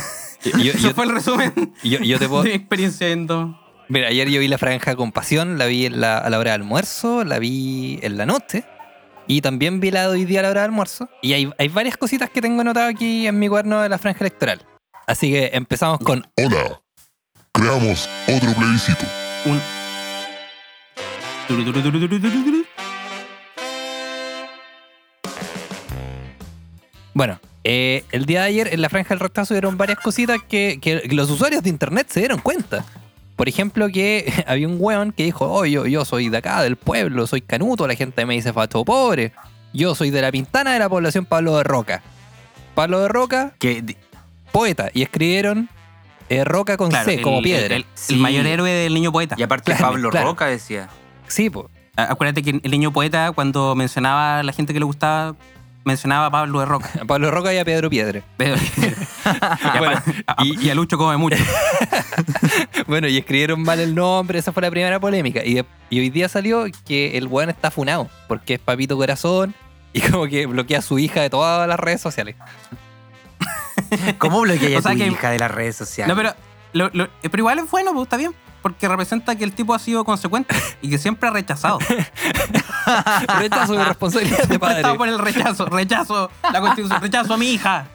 [SPEAKER 1] yo,
[SPEAKER 2] Eso
[SPEAKER 1] yo,
[SPEAKER 2] fue el resumen
[SPEAKER 1] yo- yo te puedo.
[SPEAKER 2] de mi experiencia viendo.
[SPEAKER 1] Mira, ayer yo vi la franja con pasión, la vi en la- a la hora de almuerzo, la vi en la noche. Y también vi la de hoy día a la hora de almuerzo. Y hay, hay varias cositas que tengo anotado aquí en mi cuaderno de la franja electoral. Así que empezamos con.
[SPEAKER 5] Hola, creamos otro plebiscito.
[SPEAKER 2] Un... Turu, turu, turu, turu, turu, turu.
[SPEAKER 1] Bueno, eh, el día de ayer en la franja del retraso hubieron varias cositas que, que los usuarios de internet se dieron cuenta. Por ejemplo, que había un weón que dijo: Oh, yo, yo soy de acá, del pueblo, soy canuto, la gente me dice facho pobre. Yo soy de la pintana de la población Pablo de Roca. Pablo de Roca
[SPEAKER 3] Que, di-
[SPEAKER 1] poeta y escribieron eh, Roca con
[SPEAKER 2] Claro,
[SPEAKER 1] C, como piedra.
[SPEAKER 2] El, el
[SPEAKER 3] Sí.
[SPEAKER 2] mayor héroe del niño poeta.
[SPEAKER 3] y aparte
[SPEAKER 1] Claro,
[SPEAKER 3] Pablo
[SPEAKER 1] claro.
[SPEAKER 3] Roca decía.
[SPEAKER 1] sí, po.
[SPEAKER 2] A- Acuérdate que el niño poeta, cuando mencionaba a la gente que le gustaba, mencionaba a Pablo de Roca.
[SPEAKER 1] a Pablo Roca y a Pedro Piedra.
[SPEAKER 2] Pero- y, a
[SPEAKER 1] Bueno,
[SPEAKER 2] Pa- a- y a Lucho come mucho.
[SPEAKER 1] Bueno, y escribieron mal el nombre, esa fue la primera polémica. Y, de- y hoy día salió que el weón está funado, porque es Papito Corazón y como que bloquea a su hija de todas las redes sociales.
[SPEAKER 3] ¿Cómo bloqueé
[SPEAKER 2] O sea
[SPEAKER 3] a tu
[SPEAKER 2] que-
[SPEAKER 3] hija de las redes sociales?
[SPEAKER 2] No, pero, lo- lo- pero igual es bueno, pues, está bien. Porque representa que el tipo ha sido consecuente y que siempre ha rechazado.
[SPEAKER 1] Rechazo de responsabilidad de
[SPEAKER 2] Siempre ha estado
[SPEAKER 1] padre.
[SPEAKER 2] por el rechazo, rechazo la constitución, rechazo a mi hija.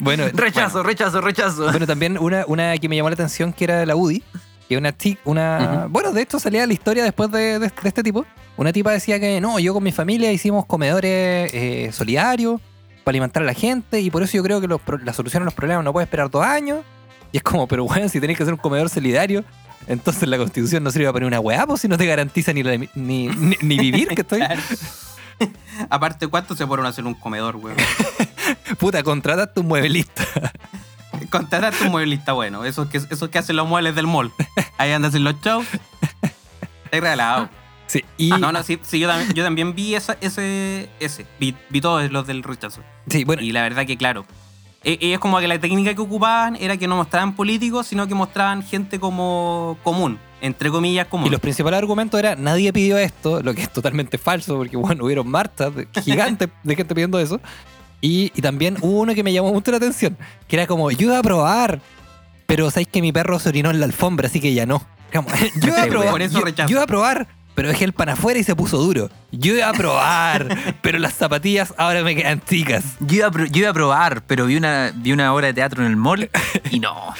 [SPEAKER 1] Bueno,
[SPEAKER 3] Rechazo, rechazo, rechazo.
[SPEAKER 1] Bueno, también una, una que me llamó la atención que era de la UDI, que una chica, una... Bueno, de esto salía la historia después de, de- de este tipo. Una tipa decía que no, yo con mi familia hicimos comedores eh, solidarios para alimentar a la gente y por eso yo creo que los pro- la solución a los problemas no puede esperar dos años. Y es como, pero bueno, si tenés que hacer un comedor solidario, entonces la constitución no sirve para una weá, pues si no te garantiza ni, la- ni, ni- ni vivir, que estoy...
[SPEAKER 2] Aparte, ¿cuánto se fueron a hacer un comedor, weón?
[SPEAKER 1] Puta, contrataste un muebelista.
[SPEAKER 2] Contrataste un mueblista bueno, esos que, esos que hacen los muebles del mall. Ahí andas en los shows. Está regalado.
[SPEAKER 1] Sí, y...
[SPEAKER 2] Ah, No, no, sí, sí, yo, también, yo también vi esa- ese, ese. Vi, vi todos los del rechazo.
[SPEAKER 1] sí, bueno,
[SPEAKER 2] Y la verdad que, claro, e- ellos como que la técnica que ocupaban era que no mostraban políticos, sino que mostraban gente como común, entre comillas común.
[SPEAKER 1] Y los principales argumentos era nadie pidió esto, lo que es totalmente falso, porque bueno, hubieron marchas de- gigantes de gente pidiendo eso. Y, y también hubo uno que me llamó mucho la atención, que era como, yo iba a probar, pero sabéis que mi perro se orinó en la alfombra, así que ya no. Como, yo iba a
[SPEAKER 3] Por
[SPEAKER 1] probar,
[SPEAKER 2] eso
[SPEAKER 1] yo-
[SPEAKER 2] rechazo.
[SPEAKER 1] yo iba a probar, pero dejé el pan afuera y se puso duro. Yo iba a probar, pero las zapatillas ahora me quedan chicas.
[SPEAKER 3] Yo iba, a pro- yo iba a probar, pero vi una, vi una obra de teatro en el mall y no.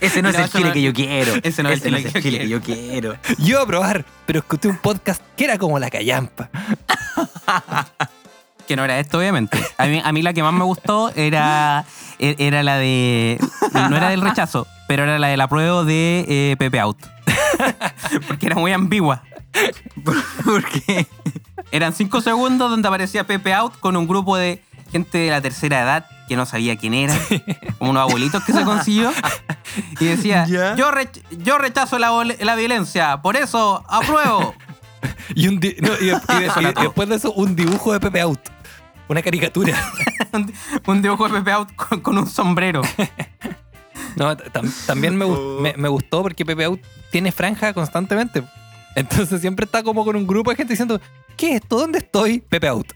[SPEAKER 3] Ese
[SPEAKER 2] No,
[SPEAKER 3] no, es el
[SPEAKER 2] eso
[SPEAKER 3] Chile
[SPEAKER 2] no-
[SPEAKER 3] que yo quiero.
[SPEAKER 2] ese no es el
[SPEAKER 3] Ese
[SPEAKER 2] Chile que yo
[SPEAKER 3] Chile que yo quiero.
[SPEAKER 1] Yo iba a probar, pero escuché un podcast que era como la callampa.
[SPEAKER 2] Que no era esto, obviamente. A mí, a mí la que más me gustó era, e- era la de. No era del rechazo, pero era la del apruebo de eh, Pepe Out. Porque era muy ambigua.
[SPEAKER 3] Porque
[SPEAKER 2] Eran cinco segundos donde aparecía Pepe Out con un grupo de gente de la tercera edad que no sabía quién era, como unos abuelitos que se consiguió. Y decía:
[SPEAKER 3] Ya.
[SPEAKER 2] yo, rech- yo rechazo la, vol- la violencia, por eso apruebo.
[SPEAKER 1] Y, un di- no, y, de- y de- y de- y después de eso, un dibujo de Pepe Out. Una caricatura.
[SPEAKER 2] Un, un dibujo de Pepe Out con, con un sombrero.
[SPEAKER 1] No, t- tam- también me,
[SPEAKER 2] Oh.
[SPEAKER 1] gus- me- me gustó porque Pepe Out tiene franja constantemente. Entonces siempre está como con un grupo de gente diciendo, ¿qué es esto? ¿Dónde estoy? Pepe Out.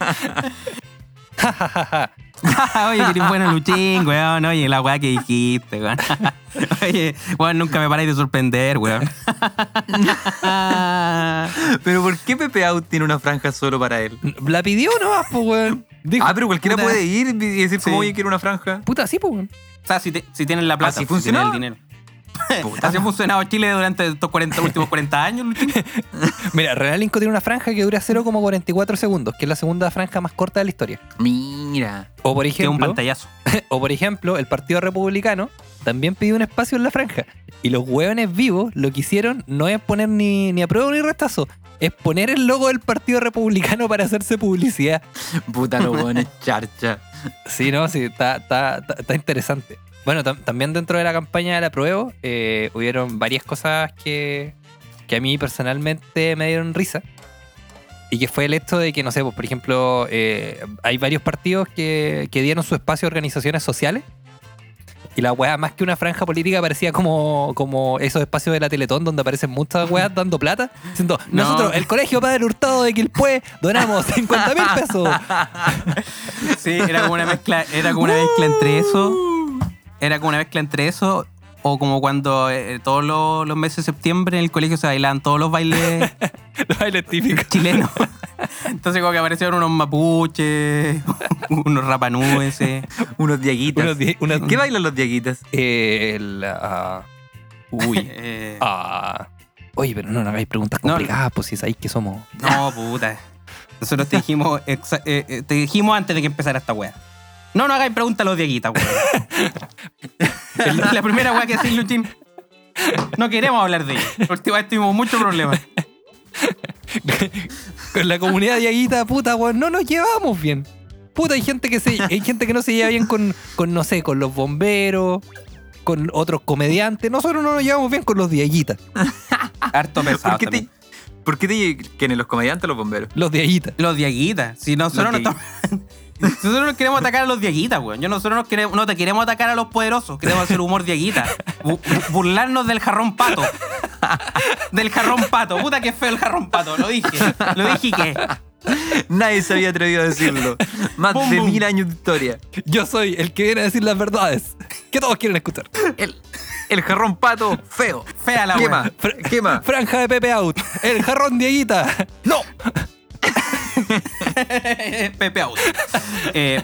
[SPEAKER 1] Ja, ja, ja, ja.
[SPEAKER 2] oye, que eres bueno luchín, weón. Oye, la weá que dijiste, weón. oye, weón, nunca me paráis de sorprender, weón.
[SPEAKER 3] Pero ¿por qué Pepe Out tiene una franja solo para él?
[SPEAKER 1] La pidió nomás, pues, weón. Dijo,
[SPEAKER 3] Ah, pero cualquiera
[SPEAKER 2] puta.
[SPEAKER 3] puede ir y decir como,
[SPEAKER 2] Sí.
[SPEAKER 3] oye, quiero una franja.
[SPEAKER 1] puta, sí, pues, weón.
[SPEAKER 2] O sea, si, te- si tienen la plata,
[SPEAKER 3] Así
[SPEAKER 2] si tienen
[SPEAKER 3] funcionaba.
[SPEAKER 2] el dinero.
[SPEAKER 3] Puta.
[SPEAKER 2] Así ha funcionado Chile durante estos 40, últimos 40 años, Luchín.
[SPEAKER 1] Mira, Real Inco tiene una franja que dura 0,44 segundos, que es la segunda franja más corta de la historia.
[SPEAKER 3] Mira.
[SPEAKER 1] O por
[SPEAKER 2] Que es un
[SPEAKER 1] ejemplo,
[SPEAKER 2] pantallazo.
[SPEAKER 1] o por ejemplo, el Partido Republicano también pidió un espacio en la franja. Y los hueones vivos lo que hicieron no es poner ni, ni apruebo ni rechazo, es poner el logo del Partido Republicano para hacerse publicidad.
[SPEAKER 3] Puta, lo bueno es charcha.
[SPEAKER 1] Sí, no, sí, está, está, está- está interesante. Bueno, tam- también dentro de la campaña del apruebo eh, hubieron varias cosas que, que a mí personalmente me dieron risa. Y que fue el hecho de que, no sé, pues, por ejemplo, eh, hay varios partidos que, que dieron su espacio a organizaciones sociales. Y la weá, más que una franja política, parecía como, como esos espacios de la Teletón donde aparecen muchas weas dando plata. Diciendo,
[SPEAKER 2] No.
[SPEAKER 1] nosotros, el Colegio Padre Hurtado de Quilpué, donamos 50 mil pesos.
[SPEAKER 2] Sí, era como una mezcla, era como una mezcla entre eso. Era como una mezcla entre eso. O como cuando eh, todos los, los meses de septiembre en el colegio se bailaban todos los bailes
[SPEAKER 1] Los bailes típicos.
[SPEAKER 2] chilenos. Entonces como que aparecieron unos mapuches, unos rapanuenses.
[SPEAKER 3] Unos diaguitas.
[SPEAKER 1] Unos die- unos-
[SPEAKER 3] ¿Qué bailan los diaguitas?
[SPEAKER 1] El. ah, uy.
[SPEAKER 2] Eh,
[SPEAKER 1] ah. oye, pero no nos hagáis preguntas
[SPEAKER 2] No.
[SPEAKER 1] complicadas, pues si sabéis que somos.
[SPEAKER 2] no, puta. Nosotros te dijimos, exa- eh, eh, te dijimos antes de que empezara esta wea. No, no hagáis preguntas a los diaguitas, wea. Es la primera wea que hacéis, Luchín. No queremos hablar de ella. La última vez tuvimos muchos problemas.
[SPEAKER 1] Con la comunidad diaguita, puta, weón, no nos llevamos bien. Puta, hay gente que se, hay gente que no se lleva bien con, con, no sé, con los bomberos, con otros comediantes. Nosotros no nos llevamos bien con los diaguitas.
[SPEAKER 2] Harto pesado.
[SPEAKER 3] ¿Por qué, te,
[SPEAKER 2] también.
[SPEAKER 3] ¿Por qué te quiénes los comediantes o los bomberos?
[SPEAKER 1] Los diaguitas.
[SPEAKER 2] Los diaguitas. Si nosotros no
[SPEAKER 3] Los
[SPEAKER 2] estamos- Nosotros no queremos atacar a los diaguitas, weón. Yo nosotros no, queremos, no te queremos atacar a los poderosos. Queremos hacer humor diaguita. Bu- bu- burlarnos del jarrón pato. Del jarrón pato. Puta que feo el jarrón pato. Lo dije. Lo dije y qué.
[SPEAKER 3] Nadie se había atrevido a decirlo. Más
[SPEAKER 2] Bum,
[SPEAKER 3] de
[SPEAKER 2] bum.
[SPEAKER 3] mil años de historia.
[SPEAKER 1] Yo soy el que viene a decir las verdades que todos quieren escuchar.
[SPEAKER 3] El, el jarrón pato feo.
[SPEAKER 2] Fea la
[SPEAKER 3] Quema,
[SPEAKER 2] weón.
[SPEAKER 3] fr- quema.
[SPEAKER 1] Franja de Pepe Out, el jarrón diaguita.
[SPEAKER 3] ¡No!
[SPEAKER 2] Pepe Out. Eh,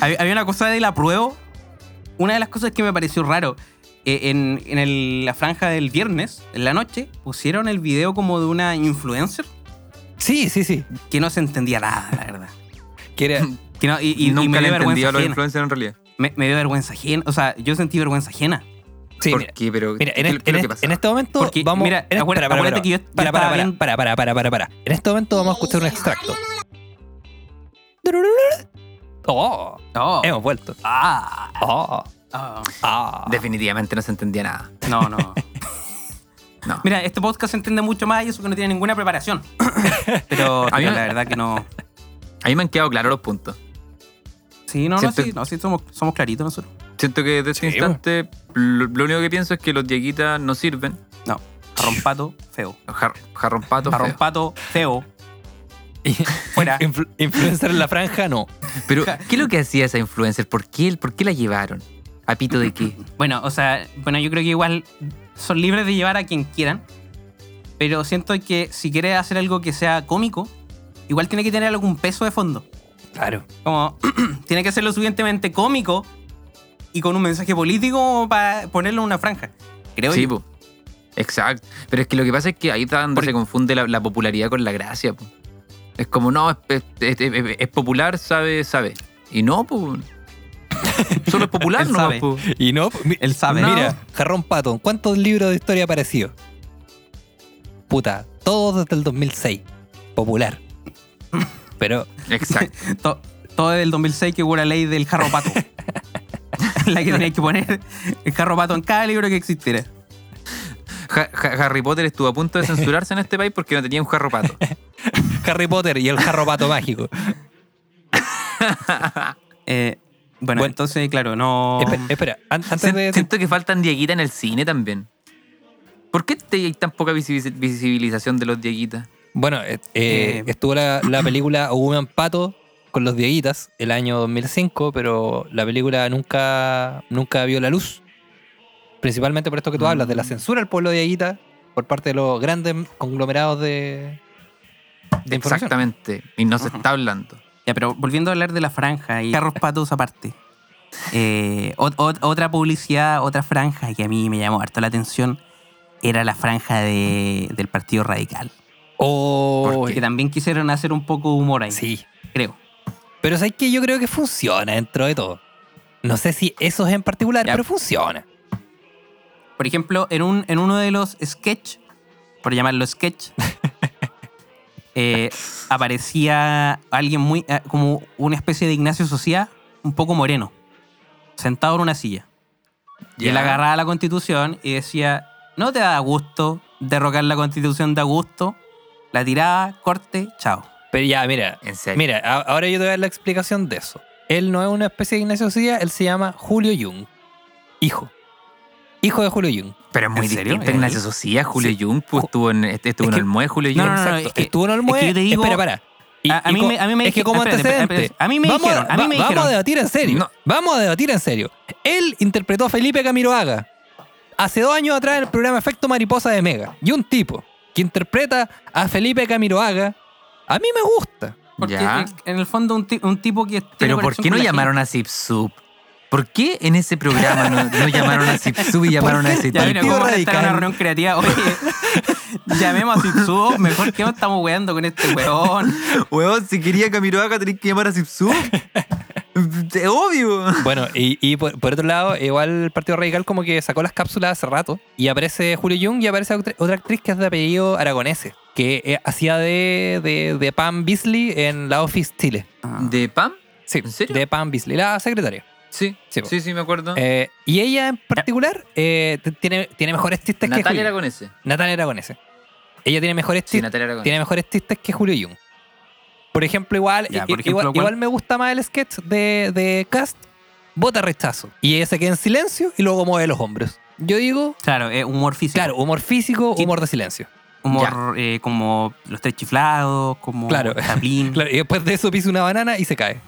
[SPEAKER 2] había había una cosa de la prueba. Una de las cosas que me pareció raro. eh, en en el- la franja del viernes, en la noche, pusieron el video como de una influencer
[SPEAKER 1] Sí, sí, sí.
[SPEAKER 2] que no se entendía nada, la verdad.
[SPEAKER 1] Quiere,
[SPEAKER 2] Que no- y, y-
[SPEAKER 3] Y
[SPEAKER 2] y me
[SPEAKER 3] nunca le
[SPEAKER 2] dio
[SPEAKER 3] entendía
[SPEAKER 2] vergüenza
[SPEAKER 3] a los
[SPEAKER 2] ajena.
[SPEAKER 3] influencers en realidad.
[SPEAKER 2] Me, me dio vergüenza ajena. O sea, yo sentí vergüenza ajena.
[SPEAKER 1] sí,
[SPEAKER 3] ¿Por
[SPEAKER 1] mira.
[SPEAKER 3] qué? Pero,
[SPEAKER 1] Mira, en,
[SPEAKER 3] ¿qué-
[SPEAKER 1] este-
[SPEAKER 3] qué es
[SPEAKER 1] en
[SPEAKER 3] lo que
[SPEAKER 1] este-
[SPEAKER 3] pasa?
[SPEAKER 1] en este momento
[SPEAKER 2] Porque,
[SPEAKER 1] vamos.
[SPEAKER 2] mira,
[SPEAKER 1] en-
[SPEAKER 2] acuérdate-
[SPEAKER 1] para, para,
[SPEAKER 2] acuérdate
[SPEAKER 1] para,
[SPEAKER 2] que yo- yo
[SPEAKER 1] para, para,
[SPEAKER 2] estaba
[SPEAKER 1] para,
[SPEAKER 2] viendo-
[SPEAKER 1] para, para, para, para, para. En este momento vamos a escuchar un extracto. Oh,
[SPEAKER 2] No.
[SPEAKER 1] hemos vuelto.
[SPEAKER 2] Ah,
[SPEAKER 1] Oh,
[SPEAKER 2] ah.
[SPEAKER 1] ah.
[SPEAKER 3] Definitivamente no se entendía nada.
[SPEAKER 2] No, no.
[SPEAKER 3] No.
[SPEAKER 2] Mira, este podcast se entiende mucho más y eso que no tiene ninguna preparación. Pero,
[SPEAKER 3] A mí
[SPEAKER 2] pero
[SPEAKER 3] me-
[SPEAKER 2] la verdad que no.
[SPEAKER 3] A mí me han quedado claros los puntos.
[SPEAKER 2] Sí, no, no,
[SPEAKER 3] Siento-
[SPEAKER 2] sí, no, sí, somos, somos claritos nosotros.
[SPEAKER 3] Siento que desde este
[SPEAKER 1] Sí, bueno.
[SPEAKER 3] instante lo, lo único que pienso es que los dieguitas no sirven.
[SPEAKER 2] No, jarrompato, feo.
[SPEAKER 3] Jar- jarrón pato feo.
[SPEAKER 2] Jarrompato, feo. Fuera.
[SPEAKER 1] Influ- influencer en la franja, no.
[SPEAKER 3] Pero, ¿qué es lo que hacía esa influencer? ¿Por qué, ¿Por qué la llevaron? ¿A pito de qué?
[SPEAKER 2] Bueno, o sea, bueno, yo creo que igual son libres de llevar a quien quieran, pero siento que si quieres hacer algo que sea cómico, igual tiene que tener algún peso de fondo.
[SPEAKER 1] Claro.
[SPEAKER 2] Como, tiene que ser lo suficientemente cómico y con un mensaje político para ponerlo en una franja. Creo
[SPEAKER 3] sí,
[SPEAKER 2] yo.
[SPEAKER 3] po. Exacto. Pero es que lo que pasa es que ahí está donde
[SPEAKER 2] Porque-
[SPEAKER 3] se confunde la, la popularidad con la gracia. po. Es como, no, es, es- es- es- es popular, sabe, sabe. Y no, pues. Solo es popular,
[SPEAKER 2] Él
[SPEAKER 3] no,
[SPEAKER 2] sabe.
[SPEAKER 3] po.
[SPEAKER 1] Y no. mi-
[SPEAKER 2] Él sabe.
[SPEAKER 1] Mira, Jarrón Pato, ¿cuántos libros de historia ha aparecido? Puta, todos desde el 2006. Popular. Pero,
[SPEAKER 3] Exacto.
[SPEAKER 2] To- todo desde el 2006 que hubo la ley del jarro pato. la que tenías que poner el jarro pato en cada libro que existiera.
[SPEAKER 3] Ja- Ja- Harry Potter estuvo a punto de censurarse en este país porque no tenía un jarro pato.
[SPEAKER 1] Harry Potter y el jarropato mágico.
[SPEAKER 2] Eh, bueno,
[SPEAKER 1] Bueno.
[SPEAKER 2] entonces, claro, no.
[SPEAKER 1] Espe- espera, an- antes de.
[SPEAKER 3] Sien- Siento que faltan Dieguita en el cine también. ¿Por qué te- hay tan poca visi- visibilización de los Dieguitas?
[SPEAKER 1] Bueno, eh, eh,
[SPEAKER 2] Eh,
[SPEAKER 1] estuvo la, la película A Woman Pato con los Dieguitas el año 2005, pero la película nunca, nunca vio la luz. Principalmente por esto que tú hablas, de
[SPEAKER 2] Mm.
[SPEAKER 1] la censura al pueblo Dieguita por parte de los grandes conglomerados de, de información.
[SPEAKER 3] Exactamente. Y no se
[SPEAKER 2] Ajá.
[SPEAKER 3] está hablando.
[SPEAKER 2] Ya, pero volviendo a hablar de la franja y carros patos aparte. Eh, ot- ot- otra publicidad, otra franja que a mí me llamó harto la atención era la franja de- del Partido Radical.
[SPEAKER 1] Oh,
[SPEAKER 2] Porque también quisieron hacer un poco humor ahí,
[SPEAKER 1] sí.
[SPEAKER 2] creo.
[SPEAKER 1] Pero sabes que yo creo que funciona dentro de todo. No sé si eso es en particular,
[SPEAKER 2] Ya.
[SPEAKER 1] pero funciona.
[SPEAKER 2] Por ejemplo, en, un, en uno de los sketch, por llamarlo sketch, eh, aparecía alguien muy, eh, como una especie de Ignacio Sociá, un poco moreno, sentado en una silla. Y él
[SPEAKER 3] Ya.
[SPEAKER 2] agarraba la constitución y decía, no te da gusto derrocar la constitución de Augusto, la tirada, corte, chao.
[SPEAKER 1] Pero ya, mira,
[SPEAKER 3] En serio.
[SPEAKER 1] Mira, a- ahora yo te voy a dar la explicación de eso. Él no es una especie de Ignacio Cía, él se llama Julio Jung. Hijo. Hijo de Julio Jung.
[SPEAKER 3] pero es muy
[SPEAKER 2] ¿en serio?
[SPEAKER 3] distinta
[SPEAKER 2] ¿Es
[SPEAKER 3] Ignacio
[SPEAKER 2] ahí?
[SPEAKER 3] Socias, Julio
[SPEAKER 1] Sí.
[SPEAKER 3] Jung, pues,
[SPEAKER 1] Ju-
[SPEAKER 3] estuvo en, este- estuvo
[SPEAKER 1] Es
[SPEAKER 3] en
[SPEAKER 1] que-
[SPEAKER 3] el MUE, Julio Jung.
[SPEAKER 2] No, no, no,
[SPEAKER 1] Exacto.
[SPEAKER 2] es que-
[SPEAKER 1] Estuvo en Olmué.
[SPEAKER 2] es que yo te digo-
[SPEAKER 1] Espera, para. Y-
[SPEAKER 2] A- a
[SPEAKER 1] y
[SPEAKER 2] mí
[SPEAKER 1] co-
[SPEAKER 2] me- a mí me
[SPEAKER 1] es que
[SPEAKER 2] dije-
[SPEAKER 1] como
[SPEAKER 2] espérate, espérate,
[SPEAKER 1] antecedente.
[SPEAKER 2] espérate. A mí me
[SPEAKER 1] vamos
[SPEAKER 2] dijeron, a mí
[SPEAKER 1] va-
[SPEAKER 2] me
[SPEAKER 1] Vamos
[SPEAKER 2] dijeron.
[SPEAKER 1] a debatir en serio.
[SPEAKER 3] No.
[SPEAKER 1] Vamos a debatir en serio. Él interpretó a Felipe Camiroaga hace dos años atrás en el programa Efecto Mariposa de Mega. Y un tipo que interpreta a Felipe Camiroaga, a mí me gusta.
[SPEAKER 2] Porque
[SPEAKER 3] Ya.
[SPEAKER 2] eh, en el fondo un, ti- un tipo que... tiene
[SPEAKER 3] Pero ¿por
[SPEAKER 2] conexión
[SPEAKER 3] qué no
[SPEAKER 2] con la
[SPEAKER 3] llamaron
[SPEAKER 2] gente.
[SPEAKER 3] a Zipsup? ¿Por qué en ese programa no, no llamaron a Zipsup y llamaron a ese
[SPEAKER 2] Ya, mira,
[SPEAKER 1] Partido
[SPEAKER 2] ¿cómo
[SPEAKER 3] tipo?
[SPEAKER 2] van a estar en una
[SPEAKER 1] Radical?
[SPEAKER 2] reunión creativa? Oye, llamemos a Sitsuo, mejor que no estamos weando con este weón.
[SPEAKER 3] Huevón, si quería Camiroaga tenés que llamar a Zipsup. Es obvio.
[SPEAKER 1] Bueno, y, y por, por otro lado, igual el Partido Radical como que sacó las cápsulas hace rato y aparece Julio Jung y aparece otra, otra actriz que es de apellido aragonese, que eh, hacía de, de, de Pam Beasley en la Office Chile.
[SPEAKER 3] ¿De Pam?
[SPEAKER 1] Sí,
[SPEAKER 3] ¿En serio? Ah.
[SPEAKER 1] de Pam Beasley, la secretaria.
[SPEAKER 3] Sí,
[SPEAKER 1] Sí,
[SPEAKER 3] sí, pues.
[SPEAKER 1] po.
[SPEAKER 3] sí, me acuerdo.
[SPEAKER 1] Eh, y ella en particular eh, t- tiene, tiene mejores chistes que
[SPEAKER 3] Natalia
[SPEAKER 1] Julio.
[SPEAKER 3] Aragonese.
[SPEAKER 1] Natalia Aragonese. Ella tiene mejores
[SPEAKER 3] Sí,
[SPEAKER 1] chistes,
[SPEAKER 3] Natalia Aragonese.
[SPEAKER 1] tiene mejores chistes que Julio Jung. Por ejemplo, igual,
[SPEAKER 2] Ya,
[SPEAKER 1] i-
[SPEAKER 2] por
[SPEAKER 1] i-
[SPEAKER 2] ejemplo,
[SPEAKER 1] igual,
[SPEAKER 2] ¿cuál?
[SPEAKER 1] igual me gusta más el sketch de, de Cast, vota rechazo. Y ella se queda en silencio y luego mueve los hombros. Yo digo,
[SPEAKER 2] Claro, es humor físico.
[SPEAKER 1] claro, humor físico,
[SPEAKER 2] Sí.
[SPEAKER 1] humor de silencio.
[SPEAKER 2] Humor eh, como los tres chiflados, como
[SPEAKER 1] Claro.
[SPEAKER 2] Chaplin.
[SPEAKER 1] Claro, y después de eso pisa una banana y se cae.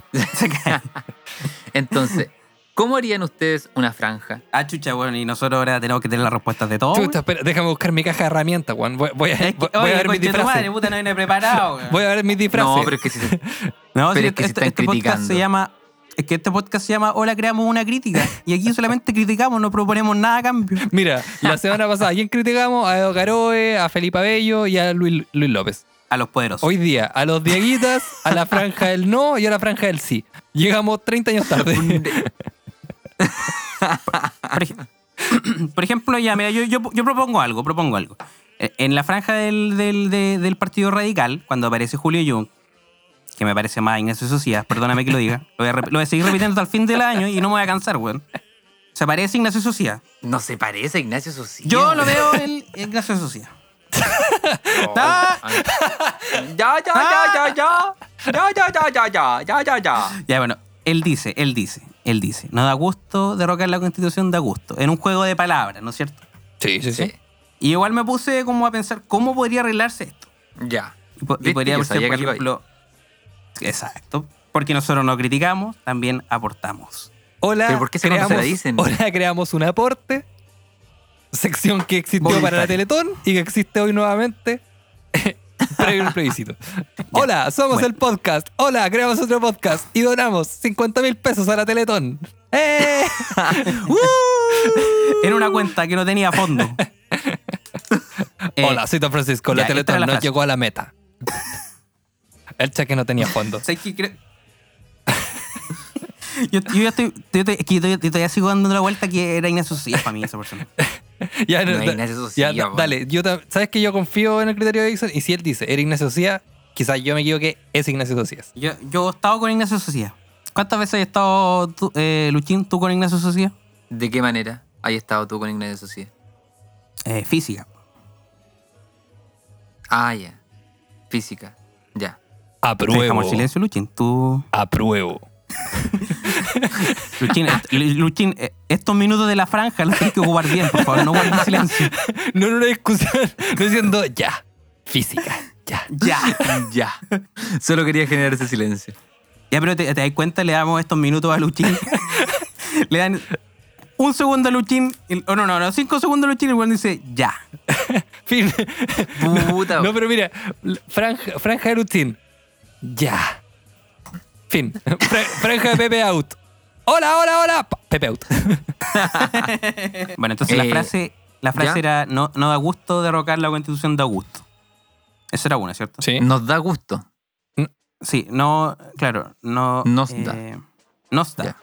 [SPEAKER 3] Entonces, ¿cómo harían ustedes una franja?
[SPEAKER 2] Ah, chucha, weón, y nosotros ahora tenemos que tener las respuestas de todo.
[SPEAKER 1] Chuta, espera, déjame buscar mi caja de herramientas, Juan. Voy, voy a,
[SPEAKER 2] Es que,
[SPEAKER 1] voy a
[SPEAKER 2] oye,
[SPEAKER 1] ver mis
[SPEAKER 2] conche tu madre,
[SPEAKER 1] disfraces.
[SPEAKER 2] puta, no viene preparado, weón.
[SPEAKER 1] Voy a ver mis disfraces.
[SPEAKER 3] No, pero es que si se-
[SPEAKER 2] No,
[SPEAKER 3] Pero
[SPEAKER 2] sí,
[SPEAKER 3] es que
[SPEAKER 2] este,
[SPEAKER 3] se están
[SPEAKER 2] este podcast
[SPEAKER 3] criticando.
[SPEAKER 2] se llama. Es que este podcast se llama Hola, creamos una crítica. Y aquí solamente criticamos, no proponemos nada a cambio.
[SPEAKER 1] Mira, la semana pasada, ¿a quién criticamos? A Edo Caroe, a Felipe Abello y a Luis, Luis López.
[SPEAKER 2] A los poderosos.
[SPEAKER 1] Hoy día, a los Dieguitas, a la franja del no y a la franja del sí. Llegamos 30 años tarde.
[SPEAKER 2] Por, ej- por ejemplo, ya, mira, yo, yo, yo propongo algo, propongo algo. Eh, En la franja del, del- de- del Partido Radical, cuando aparece Julio Jung, que me parece más Ignacio Socias, perdóname que lo diga, lo voy, a, rep- lo voy a seguir repitiendo hasta el fin del año y no me voy a cansar, weón. Se aparece Ignacio Socias.
[SPEAKER 3] no se parece a Ignacio Socias.
[SPEAKER 2] Yo lo veo el Ignacio Socias. Ah.
[SPEAKER 3] Oh, Ya, ya, ya, ya, ya. Ya, ya, ya, ya, ya, ya, ya, ya.
[SPEAKER 2] Ya, bueno, él dice, él dice, él dice, no da gusto derrocar la constitución, da gusto. En un juego de palabras, ¿no es cierto?
[SPEAKER 1] Sí, sí, sí.
[SPEAKER 2] Y igual me puse como a pensar, ¿cómo podría arreglarse esto?
[SPEAKER 3] Ya.
[SPEAKER 2] Y, po- y
[SPEAKER 3] Viste,
[SPEAKER 2] podría
[SPEAKER 3] yo
[SPEAKER 2] ser,
[SPEAKER 3] sabía
[SPEAKER 2] por
[SPEAKER 3] que lo
[SPEAKER 2] ejemplo... Exacto. Porque nosotros no criticamos, también aportamos.
[SPEAKER 1] Hola,
[SPEAKER 3] ¿Pero por qué esa
[SPEAKER 1] creamos,
[SPEAKER 3] cuando se la dicen?
[SPEAKER 1] hola, creamos un aporte. Sección que existió para la
[SPEAKER 2] Voluntario.
[SPEAKER 1] Teletón y que existe hoy nuevamente. Previo al plebiscito. Hola, somos
[SPEAKER 2] bueno.
[SPEAKER 1] el podcast. Hola, creamos otro podcast y donamos 50 mil pesos a la Teletón. ¡Eh!
[SPEAKER 2] En una cuenta que no tenía fondo. Eh,
[SPEAKER 1] Hola, soy Don Francisco. La
[SPEAKER 2] ya, esta
[SPEAKER 1] Teletón
[SPEAKER 2] era la
[SPEAKER 1] no
[SPEAKER 2] frase.
[SPEAKER 1] llegó a la meta. El cheque no tenía fondo.
[SPEAKER 2] ¿sabes qué? Creo- Yo, yo ya estoy, yo, estoy- es que yo todavía- yo todavía sigo dando la vuelta que era Ignacio Socias para mí esa persona.
[SPEAKER 1] Ya,
[SPEAKER 3] No,
[SPEAKER 1] da-
[SPEAKER 3] Ignacio
[SPEAKER 1] ya,
[SPEAKER 3] Socias,
[SPEAKER 1] da-
[SPEAKER 3] bueno.
[SPEAKER 1] dale, yo tam- sabes que yo confío en el criterio de Dixon y si él dice era Ignacio Socias, quizás yo me equivoqué, es Ignacio Socias.
[SPEAKER 2] Yo, yo he estado con Ignacio Socias. ¿Cuántas veces has estado, tú, eh, Luchín, tú con Ignacio Socias?
[SPEAKER 3] ¿De qué manera has estado tú con Ignacio Socias?
[SPEAKER 2] Eh, física.
[SPEAKER 3] Ah, ya. Física. Ya.
[SPEAKER 2] Te dejamos el
[SPEAKER 1] Apruebo.
[SPEAKER 2] silencio, Luchín. Tú.
[SPEAKER 1] Apruebo.
[SPEAKER 2] Luchín, est- Luchín, eh, estos minutos de la franja los tienes que ocupar bien, por favor, no guardes silencio.
[SPEAKER 1] No en una discusión, no diciendo ya. Física, ya.
[SPEAKER 2] Ya.
[SPEAKER 3] Ya. Ah. Solo quería generar ese silencio.
[SPEAKER 2] Ya, pero te, te das cuenta, le damos estos minutos a Luchín. le dan un segundo a Luchín. y- oh, no, no, no, cinco segundos a Luchín y el weón dice ya.
[SPEAKER 1] Fin.
[SPEAKER 3] Puta.
[SPEAKER 1] No, pero mira, franja, franja de Lutin. Ya. Fin. Fra- franja de Pepe Out. Hola, hola, hola. Pa- Pepe Out.
[SPEAKER 2] Bueno, entonces la
[SPEAKER 3] Eh,
[SPEAKER 2] frase, la frase
[SPEAKER 3] ¿ya?
[SPEAKER 2] era no, no da gusto derrocar la constitución de Augusto. Eso era una, ¿cierto?
[SPEAKER 1] Sí.
[SPEAKER 3] Nos da gusto.
[SPEAKER 2] Sí, no, claro, no.
[SPEAKER 3] Nos
[SPEAKER 2] eh,
[SPEAKER 3] da.
[SPEAKER 2] Nos da.
[SPEAKER 3] Ya.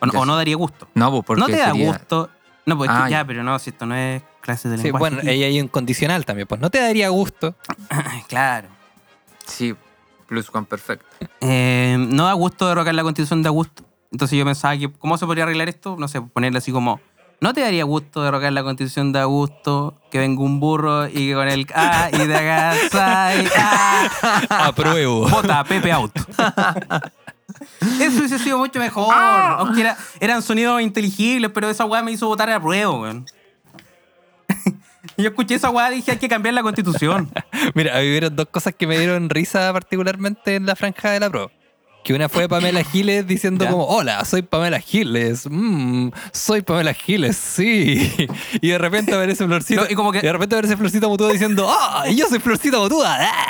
[SPEAKER 2] O, no-
[SPEAKER 3] Ya
[SPEAKER 2] o
[SPEAKER 3] sé.
[SPEAKER 2] no daría gusto.
[SPEAKER 3] No, pues porque
[SPEAKER 2] no te da
[SPEAKER 3] sería-
[SPEAKER 2] gusto. No, pues es que
[SPEAKER 3] Ah,
[SPEAKER 2] ya,
[SPEAKER 3] ya.
[SPEAKER 2] pero no, si esto no es clase de
[SPEAKER 1] Sí,
[SPEAKER 2] lenguaje.
[SPEAKER 1] bueno, ahí hay un condicional también, pues no te daría gusto.
[SPEAKER 2] Claro.
[SPEAKER 3] Sí, plus one perfecto.
[SPEAKER 2] Eh, no da gusto derrocar la constitución de Augusto. Entonces yo pensaba que, ¿cómo se podría arreglar esto? No sé, ponerle así como, ¿no te daría gusto derrocar la constitución de Augusto? Que venga un burro y que con el... Ah, y de acá... sai, ah,
[SPEAKER 1] Apruebo.
[SPEAKER 2] vota, Pepe Out. Eso hubiese sido mucho mejor. Aunque era- eran sonidos inteligibles, pero esa weá me hizo votar a prueba, weón. Yo escuché esa weá y dije, hay que cambiar la constitución.
[SPEAKER 1] Mira, a mí hubieron dos cosas que me dieron risa particularmente en la franja de la pro. Que una fue Pamela Giles diciendo
[SPEAKER 2] Ya.
[SPEAKER 1] como, hola, soy Pamela Giles. Mm, soy Pamela Giles, sí. Y de repente aparece Florcita.
[SPEAKER 2] No,
[SPEAKER 1] y
[SPEAKER 2] y como que-
[SPEAKER 1] de repente aparece Florcita Motuda diciendo, ah, yo soy Florcita Motuda. ah".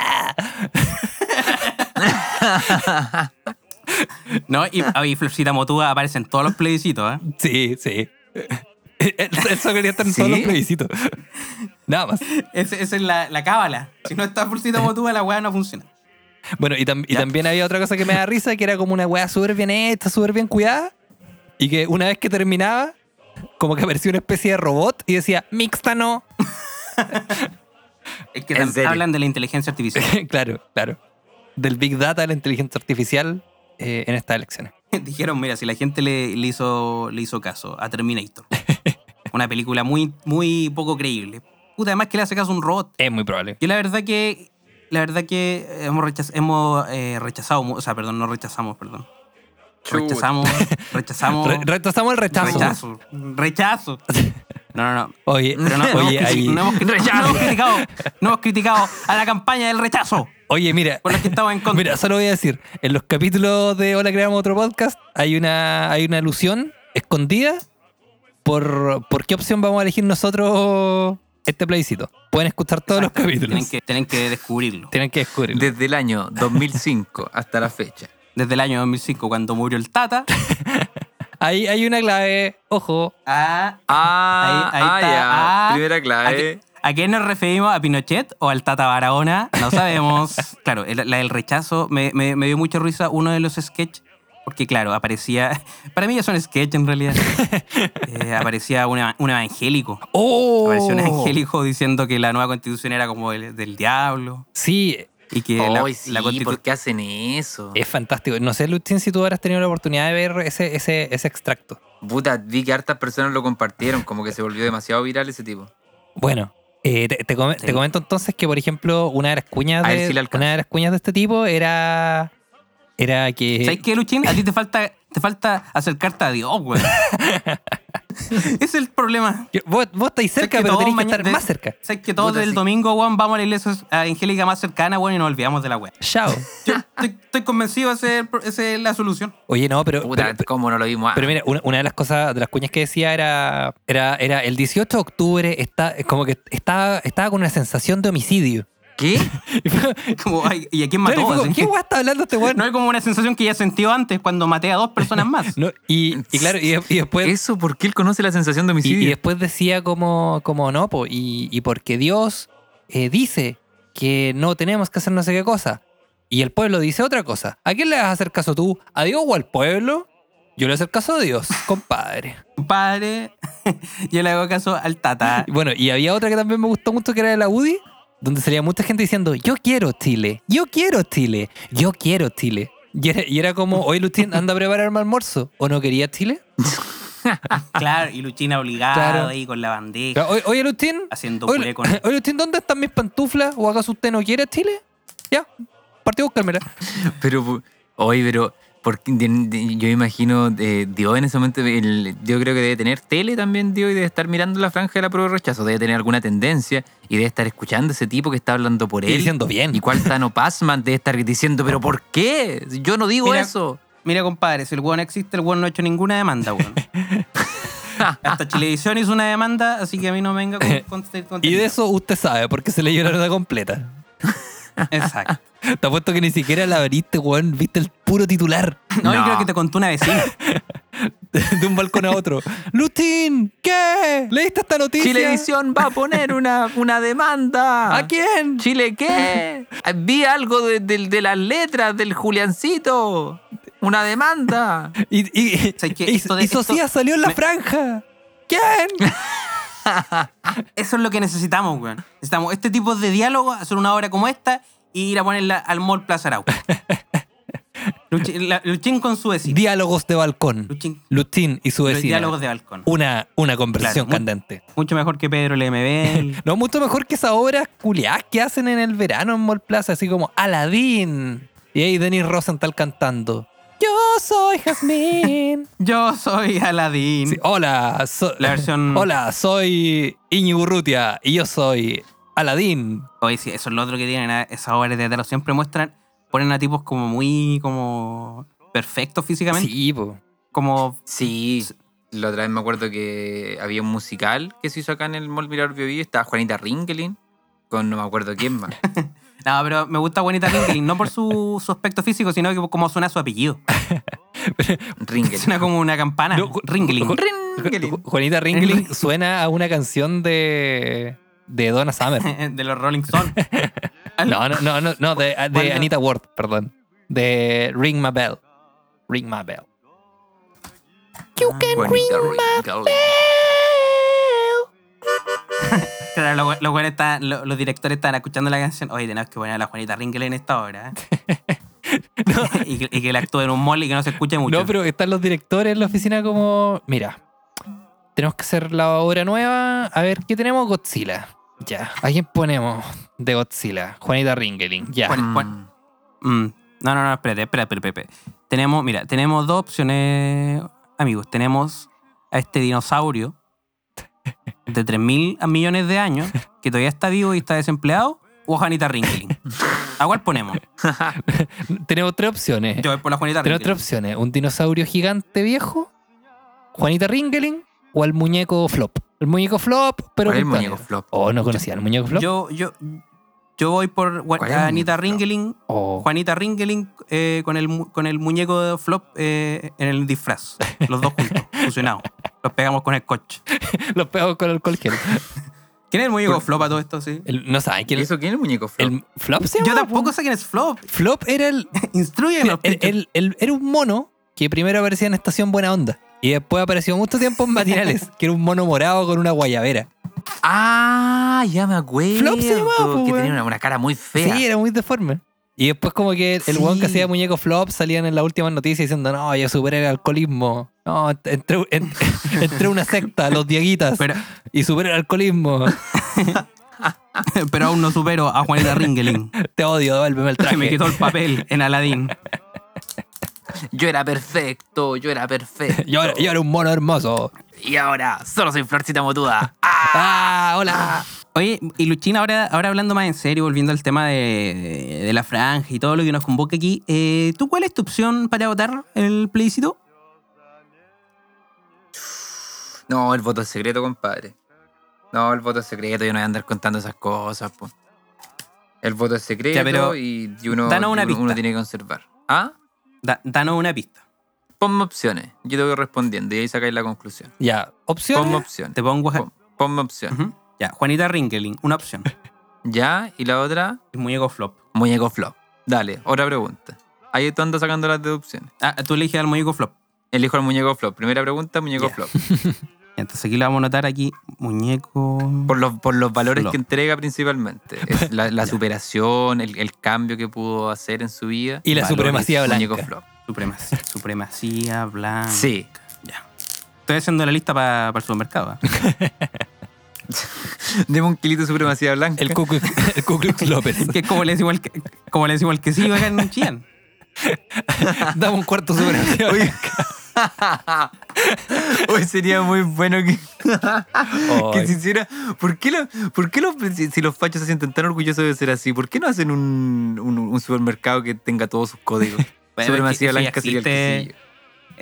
[SPEAKER 2] No, y, y Florcita Motúa aparece en todos los plebiscitos, ¿eh?
[SPEAKER 1] Sí, sí. El, el soccer ya está en
[SPEAKER 3] ¿Sí?
[SPEAKER 1] todos los plebiscitos. Nada más.
[SPEAKER 2] Esa esa es la, la cábala. Si no está Florcita Motúa, la weá no funciona.
[SPEAKER 1] Bueno, y, tam- y también había otra cosa que me da risa, que era como una weá súper bien hecha, súper bien cuidada, y que una vez que terminaba, como que aparecía una especie de robot y decía, mixta no.
[SPEAKER 2] Es que
[SPEAKER 3] ¿En
[SPEAKER 2] tam-
[SPEAKER 3] serio?
[SPEAKER 2] hablan de la inteligencia artificial.
[SPEAKER 1] claro, claro. Del Big Data a la inteligencia artificial eh, en estas elecciones.
[SPEAKER 2] Dijeron, mira, si la gente le, le hizo, le hizo caso a Terminator. Una película muy, muy poco creíble. Puta, además que le hace caso a un robot.
[SPEAKER 1] Es muy probable.
[SPEAKER 2] Yo la verdad que. La verdad que hemos, rechaz- hemos eh, rechazado. mu- O sea, perdón, no rechazamos, perdón.
[SPEAKER 3] Chut.
[SPEAKER 2] Rechazamos. Rechazamos.
[SPEAKER 1] Re- retrasamos el rechazo.
[SPEAKER 2] rechazo. Rechazo. No, no, no.
[SPEAKER 1] Oye,
[SPEAKER 2] Eh, Pero no, no
[SPEAKER 1] oye,
[SPEAKER 2] hemos, criti-
[SPEAKER 1] ahí-
[SPEAKER 2] no hemos criti-
[SPEAKER 3] Rechazo.
[SPEAKER 2] no hemos criticado, no hemos criticado a la campaña del rechazo
[SPEAKER 1] oye, mira.
[SPEAKER 2] por la que estamos en contra.
[SPEAKER 1] Mira, solo voy a decir, en los capítulos de Hola Creamos Otro Podcast hay una, hay una alusión escondida por, por qué opción vamos a elegir nosotros este plebiscito. Pueden escuchar todos los
[SPEAKER 2] Exacto,
[SPEAKER 1] capítulos.
[SPEAKER 2] Tienen que, tienen que descubrirlo.
[SPEAKER 1] descubrirlo.
[SPEAKER 3] Desde el año 2005 hasta la fecha.
[SPEAKER 2] Desde el año 2005, cuando murió el Tata.
[SPEAKER 1] Hay, hay una clave, ojo.
[SPEAKER 2] A,
[SPEAKER 3] Ah,
[SPEAKER 2] Ahí- ahí
[SPEAKER 3] ah,
[SPEAKER 2] está.
[SPEAKER 3] ya.
[SPEAKER 2] Ah.
[SPEAKER 3] Primera
[SPEAKER 2] ¿a,
[SPEAKER 3] clave.
[SPEAKER 2] qué, a qué nos referimos? ¿A Pinochet o al Tata Barahona? No sabemos. claro, el- la del rechazo me, me- me dio mucha risa uno de los sketches. Porque claro, aparecía... Para mí ya son sketches en realidad. Eh, aparecía un eva- un evangélico.
[SPEAKER 1] ¡Oh!
[SPEAKER 2] Apareció un evangélico diciendo que la nueva constitución era como del, del diablo
[SPEAKER 1] Sí,
[SPEAKER 2] y que la,
[SPEAKER 3] Ay, sí,
[SPEAKER 2] la constitu-
[SPEAKER 3] ¿por qué hacen eso?
[SPEAKER 1] es fantástico. No sé, Lutin, si tú habrás tenido la oportunidad de ver ese, ese, ese extracto.
[SPEAKER 3] Puta, vi que hartas personas lo compartieron, como que se volvió demasiado viral ese tipo.
[SPEAKER 1] Bueno, eh, te, te come- te comento entonces que, por ejemplo, una de las cuñas
[SPEAKER 3] A
[SPEAKER 1] de,
[SPEAKER 3] él sí le alcanza.
[SPEAKER 1] una de las cuñas de este tipo era, era que...
[SPEAKER 2] ¿Sabes qué, Luchín? A ti te falta, te falta acercarte a Dios, güey. Ese es el problema.
[SPEAKER 1] Que Vos, vos estáis cerca,
[SPEAKER 2] ¿Sabes que
[SPEAKER 1] pero
[SPEAKER 2] todos
[SPEAKER 1] tenés que
[SPEAKER 2] maña-
[SPEAKER 1] estar
[SPEAKER 2] de-
[SPEAKER 1] más cerca.
[SPEAKER 2] ¿Sabes que todos
[SPEAKER 3] Puta,
[SPEAKER 2] el
[SPEAKER 3] sí.
[SPEAKER 2] domingo, güey, vamos a la iglesia angélica más cercana, güey, y nos olvidamos de la güey.
[SPEAKER 1] Chao.
[SPEAKER 2] Yo estoy, estoy convencido, esa es el pro- esa es la solución.
[SPEAKER 1] Oye, no, pero,
[SPEAKER 3] Puta,
[SPEAKER 1] pero- pero,
[SPEAKER 3] ¿cómo no lo vimos? Ah,
[SPEAKER 1] pero mira, una, una de las cosas, de las cuñas que decía era, era, era el 18 de octubre, está, como que estaba, estaba con una sensación de homicidio.
[SPEAKER 3] ¿Qué?
[SPEAKER 1] Y fue-
[SPEAKER 2] Como, ay, ¿y a quién
[SPEAKER 1] claro, y
[SPEAKER 2] mató?
[SPEAKER 1] fue como,
[SPEAKER 2] Así
[SPEAKER 1] ¿Qué
[SPEAKER 2] que-
[SPEAKER 1] guay está hablando este weón?
[SPEAKER 2] no es como una sensación que ya sentí antes cuando maté a dos personas más.
[SPEAKER 1] No, y, y claro, y, y después
[SPEAKER 3] ¿Eso? ¿Por qué él conoce la sensación
[SPEAKER 1] Y,
[SPEAKER 3] de
[SPEAKER 1] y
[SPEAKER 3] homicidio?
[SPEAKER 1] después decía como, como no, po, y, y porque Dios eh, dice que no tenemos que hacer no sé qué cosa. Y el pueblo dice otra cosa. ¿A quién le vas a hacer caso tú? ¿A Dios o al pueblo? Yo le voy a hacer caso a Dios, compadre.
[SPEAKER 2] Compadre, yo le hago caso al tata.
[SPEAKER 1] Y Bueno, y había otra que también me gustó mucho que era de la UDI, donde salía mucha gente diciendo, yo quiero Chile, yo quiero Chile, yo quiero Chile. Y era, y era como, oye Lutín, anda a prepararme almuerzo. ¿O no quería Chile?
[SPEAKER 2] Claro, y Luchina obligada
[SPEAKER 1] Claro.
[SPEAKER 2] ahí con la bandeja.
[SPEAKER 1] Claro, Oye, oye, Agustín.
[SPEAKER 2] Haciendo
[SPEAKER 1] oye,
[SPEAKER 2] puré con-
[SPEAKER 1] oye, Agustín, ¿dónde están mis pantuflas? ¿O acaso usted no quiere Chile? Ya, partí a buscármela.
[SPEAKER 3] Pero, hoy, pero, porque de- de- yo imagino, eh, Dios en ese momento, el- yo creo que debe tener tele también, Dios, y debe estar mirando la franja de la prueba de rechazo, debe tener alguna tendencia y debe estar escuchando a ese tipo que está hablando por
[SPEAKER 1] Y
[SPEAKER 3] él.
[SPEAKER 1] diciendo bien.
[SPEAKER 3] Y cuál Tano Pazman debe estar diciendo, pero ¿por qué? Si Yo no digo
[SPEAKER 2] Mira,
[SPEAKER 3] eso.
[SPEAKER 2] Mira, compadre, si el weón existe, el weón no ha hecho ninguna demanda, weón. Hasta Chilevisión hizo una demanda, así que a mí no me venga con, con, este con-
[SPEAKER 1] Eh, Y de eso usted sabe, porque se leyó la nota completa.
[SPEAKER 2] Exacto.
[SPEAKER 1] Te apuesto que ni siquiera la abriste, weón. Viste el puro titular
[SPEAKER 2] No, yo
[SPEAKER 3] No.
[SPEAKER 2] creo que te contó una vecina.
[SPEAKER 1] de un balcón a otro. Lutín, ¿qué? ¿Leíste esta noticia?
[SPEAKER 3] Chilevisión va a poner una, una demanda.
[SPEAKER 1] ¿A quién?
[SPEAKER 3] ¿Chile qué? Vi algo de, de- de las letras del Juliancito. Una demanda.
[SPEAKER 1] Y, y,
[SPEAKER 2] sea, que
[SPEAKER 1] y-
[SPEAKER 2] esto de-
[SPEAKER 1] y Socias
[SPEAKER 2] esto-
[SPEAKER 1] salió en la
[SPEAKER 2] me-
[SPEAKER 1] franja. ¿Quién?
[SPEAKER 2] Eso es lo que necesitamos, weón. Necesitamos este tipo de diálogo, hacer una obra como esta y ir a ponerla al Mall Plaza Arauco. Luchín, la- Luchín con su vecino.
[SPEAKER 1] Diálogos de balcón.
[SPEAKER 2] Luchín.
[SPEAKER 1] Lutín y su
[SPEAKER 2] Los
[SPEAKER 1] vecina. Uh.
[SPEAKER 2] diálogos de balcón.
[SPEAKER 1] Una, una conversación
[SPEAKER 2] Claro, mu-
[SPEAKER 1] candente.
[SPEAKER 2] Mucho mejor que Pedro LMB.
[SPEAKER 1] No, mucho mejor que esas obras culiadas que hacen en el verano en Mall Plaza, así como Aladín. Y ahí Denis Rosenthal cantando. Yo soy Jazmín.
[SPEAKER 2] Yo soy Aladín.
[SPEAKER 1] Sí, hola, so-
[SPEAKER 2] La versión-
[SPEAKER 1] hola, soy Iñigo Urrutia y yo soy Aladín.
[SPEAKER 2] Oye, sí, eso es lo otro que tienen ah, esas obras de teatro. Siempre muestran, ponen a tipos como muy, como perfectos físicamente.
[SPEAKER 1] Sí, po.
[SPEAKER 2] Como,
[SPEAKER 3] Sí. La otra vez me acuerdo que había un musical que se hizo acá en el Mall Mirador Bio Bio, Estaba Juanita Ringelin con no me acuerdo quién más.
[SPEAKER 2] no, pero me gusta Juanita Rinkelin, no por su, su aspecto físico, sino que por cómo suena su apellido.
[SPEAKER 3] Ringelin.
[SPEAKER 2] Suena como una campana.
[SPEAKER 1] No,
[SPEAKER 2] Rinkelin.
[SPEAKER 1] Ah. Ju-
[SPEAKER 3] Ringelin.
[SPEAKER 1] Ju- Juanita Ringling suena a una canción de, de Donna Summer.
[SPEAKER 2] de los Rolling Stones.
[SPEAKER 1] No, no, no, no, no, de, de
[SPEAKER 2] ¿Cuál?
[SPEAKER 1] Anita Ward, perdón. De Ring My Bell. Ring My Bell.
[SPEAKER 2] Ah,
[SPEAKER 3] Juanita Ringelin.
[SPEAKER 2] Claro, los, los buenos estaban- los- los directores estaban escuchando la canción. Oye, tenemos que poner a la Juanita Rinkelin en esta obra. ¿eh?" y, que, y que la actúe en un mall y que no se escuche mucho.
[SPEAKER 1] No, pero están los directores en la oficina como, mira, tenemos que hacer la obra nueva. A ver, ¿qué tenemos? Godzilla. Ya. ¿A quién ponemos de Godzilla? Juanita Ringeling. Ya.
[SPEAKER 2] Juan-
[SPEAKER 3] Mm.
[SPEAKER 2] Mm, No, no, no, espérate, espérate, espérate, espérate. Tenemos, mira, tenemos dos opciones, amigos. Tenemos a este dinosaurio de 3 mil millones de años que todavía está vivo y está desempleado, o a Juanita Rinkeling. ¿A cuál ponemos?
[SPEAKER 1] Tenemos tres opciones.
[SPEAKER 2] Yo voy por la Juanita
[SPEAKER 1] Tenemos tres
[SPEAKER 2] Rinkeling.
[SPEAKER 1] opciones. Un dinosaurio gigante viejo, Juanita Ringeling o el muñeco flop. El muñeco flop, pero...
[SPEAKER 3] ¿Cuál es el
[SPEAKER 1] británico.
[SPEAKER 3] muñeco flop?
[SPEAKER 1] Oh, no conocía el muñeco flop.
[SPEAKER 2] Yo, yo, yo voy por Gua-
[SPEAKER 3] ¿Cuál es el
[SPEAKER 2] Anita
[SPEAKER 3] muñeco?
[SPEAKER 2] Ringeling,
[SPEAKER 1] Oh.
[SPEAKER 2] Juanita Ringeling eh, con, el, mu- con el muñeco de Flop eh, en el disfraz. Los dos juntos, fusionados. Los pegamos con el coche.
[SPEAKER 1] Los pego con alcohol gel.
[SPEAKER 2] ¿Quién es el muñeco Flop a todo esto? Sí.
[SPEAKER 1] El- no saben quién
[SPEAKER 3] ¿Y
[SPEAKER 1] es.
[SPEAKER 3] eso quién es el muñeco flop?
[SPEAKER 1] El flop se
[SPEAKER 2] Yo
[SPEAKER 1] llama?
[SPEAKER 2] tampoco sé quién es Flop.
[SPEAKER 1] Flop era el,
[SPEAKER 2] Instruyenos.
[SPEAKER 1] el- el- el- era un mono que primero aparecía en Estación Buena Onda y después apareció mucho tiempo en Matinales, que era un mono morado con una guayabera.
[SPEAKER 3] Ah, ya me acuerdo.
[SPEAKER 1] Flop se llamaba, po,
[SPEAKER 3] Que
[SPEAKER 1] weón.
[SPEAKER 3] tenía una, una cara muy fea.
[SPEAKER 1] Sí, era muy deforme. Y después como que el weón que
[SPEAKER 3] Sí.
[SPEAKER 1] hacía muñeco flop salían en las últimas noticias diciendo, no, yo superé el alcoholismo. No, ent- entré, en- entré a una secta, los dieguitas,
[SPEAKER 2] Pero,
[SPEAKER 1] y superé el alcoholismo.
[SPEAKER 2] pero aún no supero a Juanita Ringeling,
[SPEAKER 1] Te odio, devuélveme el
[SPEAKER 2] que me
[SPEAKER 1] traje.
[SPEAKER 2] quitó el papel en Aladdin.
[SPEAKER 3] Yo era perfecto, yo era perfecto.
[SPEAKER 1] Yo, era- yo era un mono hermoso.
[SPEAKER 3] Y ahora solo soy Florcita Motuda.
[SPEAKER 1] ¡Ah, hola!
[SPEAKER 2] Oye, y Luchina, ahora, ahora hablando más en serio, volviendo al tema de, de la franja y todo lo que nos convoca aquí, eh, ¿tú cuál es tu opción para votar en el plebiscito?
[SPEAKER 3] No, el voto es secreto, compadre. No, el voto es secreto, yo no voy a andar contando esas cosas, po. El voto es secreto
[SPEAKER 2] Ya, pero
[SPEAKER 3] y y uno,
[SPEAKER 2] danos una
[SPEAKER 3] uno- uno
[SPEAKER 2] pista.
[SPEAKER 3] tiene que conservar. ¿Ah?
[SPEAKER 2] Da- danos una pista.
[SPEAKER 3] Ponme opciones. Yo te voy respondiendo y ahí sacáis la conclusión.
[SPEAKER 1] Ya,
[SPEAKER 3] Ponme
[SPEAKER 1] opción.
[SPEAKER 3] opciones.
[SPEAKER 2] Te pongo...
[SPEAKER 3] Pon- Ponme opciones.
[SPEAKER 2] Ujú. Ya, Juanita Ringeling, una opción.
[SPEAKER 3] ¿Ya? ¿Y la otra?
[SPEAKER 2] El muñeco flop.
[SPEAKER 3] Muñeco flop. Dale, otra pregunta. Ahí tú andas sacando las deducciones.
[SPEAKER 2] Ah, tú elegiste al muñeco flop.
[SPEAKER 3] Elijo el muñeco flop. Primera pregunta, muñeco
[SPEAKER 2] Ya.
[SPEAKER 3] flop.
[SPEAKER 2] Entonces aquí la vamos a anotar aquí, muñeco...
[SPEAKER 3] Por los, por los valores
[SPEAKER 2] Flop.
[SPEAKER 3] que entrega principalmente. Es La, la superación, el, el cambio que pudo hacer en su vida.
[SPEAKER 1] Y la
[SPEAKER 3] Valores,
[SPEAKER 1] supremacía blanca.
[SPEAKER 3] Muñeco flop.
[SPEAKER 2] Supremacía, supremacía blanca.
[SPEAKER 3] Sí.
[SPEAKER 2] Ya. Estoy haciendo la lista para el supermercado. ¿ah?
[SPEAKER 3] Demos un kilito de supremacía blanca.
[SPEAKER 1] El Ku Klux- el Ku Klux López.
[SPEAKER 2] que es como le decimos al que, como le decimos al que sí, acá en Chillán.
[SPEAKER 1] Dame un cuarto sobre.
[SPEAKER 3] Oye. Hoy sería muy bueno que, que se hiciera. ¿Por qué, lo- por qué los, si, si los fachos se sienten tan orgullosos de ser así? ¿Por qué no hacen un, un- un supermercado que tenga todos sus códigos?
[SPEAKER 2] Bueno,
[SPEAKER 3] Supremacía
[SPEAKER 2] es que eso ya
[SPEAKER 3] blanca sería el que
[SPEAKER 2] existe.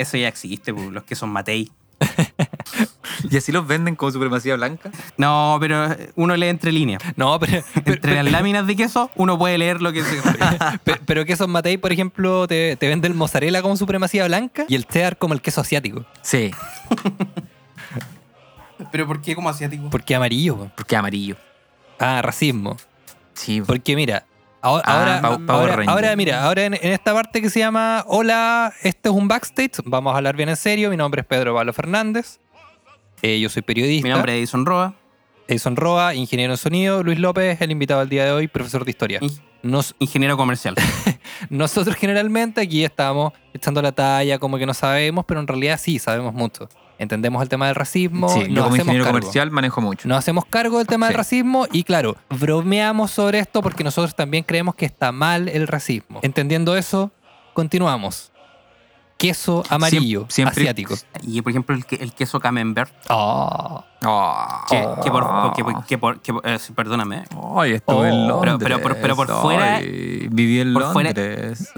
[SPEAKER 2] Eso ya existe, pues, los que son Matei.
[SPEAKER 3] sigue. Y así los venden como supremacía blanca.
[SPEAKER 2] No, pero uno lee entre líneas.
[SPEAKER 1] No, pero, pero,
[SPEAKER 2] Entre las láminas de queso, uno puede leer lo que se.
[SPEAKER 1] pero- pero quesos Matei, por ejemplo, te, te vende el mozzarella como supremacía blanca y el cheddar como el queso asiático.
[SPEAKER 3] Sí,
[SPEAKER 2] pero ¿por qué como asiático?
[SPEAKER 1] ¿Por qué amarillo? po?
[SPEAKER 3] porque es amarillo.
[SPEAKER 1] Ah, racismo.
[SPEAKER 3] Sí,
[SPEAKER 1] Porque mira, ahora,
[SPEAKER 3] Ah,
[SPEAKER 1] ahora,
[SPEAKER 3] Pow-
[SPEAKER 1] ahora-
[SPEAKER 3] Power
[SPEAKER 1] ahora,
[SPEAKER 3] Ranger.
[SPEAKER 1] mira, ahora en, en esta parte que se llama Hola, este es un backstage, vamos a hablar bien en serio, mi nombre es Pedro Pablo Fernández, eh, yo soy periodista,
[SPEAKER 2] Mi nombre es Edison Roa.
[SPEAKER 1] Edison Roa, ingeniero en sonido, Luis López, el invitado del día de hoy, profesor de historia.
[SPEAKER 2] Ing-
[SPEAKER 1] Nos-
[SPEAKER 2] ingeniero comercial.
[SPEAKER 1] nosotros generalmente aquí estamos echando la talla como que no sabemos, pero en realidad sí, sabemos mucho. Entendemos el tema del
[SPEAKER 6] Oh,
[SPEAKER 1] racismo,
[SPEAKER 3] Sí,
[SPEAKER 1] nos
[SPEAKER 3] yo como
[SPEAKER 1] hacemos
[SPEAKER 3] ingeniero
[SPEAKER 1] cargo.
[SPEAKER 3] comercial manejo mucho.
[SPEAKER 1] Nos hacemos cargo del tema del
[SPEAKER 3] Sí.
[SPEAKER 1] racismo y claro, bromeamos sobre esto porque nosotros también creemos que está mal el racismo. Entendiendo eso, continuamos. Queso amarillo,
[SPEAKER 3] Siem- siempre-
[SPEAKER 1] asiático.
[SPEAKER 2] Y por ejemplo, el, que- el queso camembert.
[SPEAKER 1] Oh,
[SPEAKER 3] Ah.
[SPEAKER 2] Que, que por. que por- que por- que por- eh, perdóname. eh.
[SPEAKER 3] Ay, estuve en
[SPEAKER 1] Oh.
[SPEAKER 3] Londres.
[SPEAKER 2] Pero- pero por- pero por fuera-
[SPEAKER 3] Ay, viví en
[SPEAKER 2] por fuera-
[SPEAKER 3] Londres.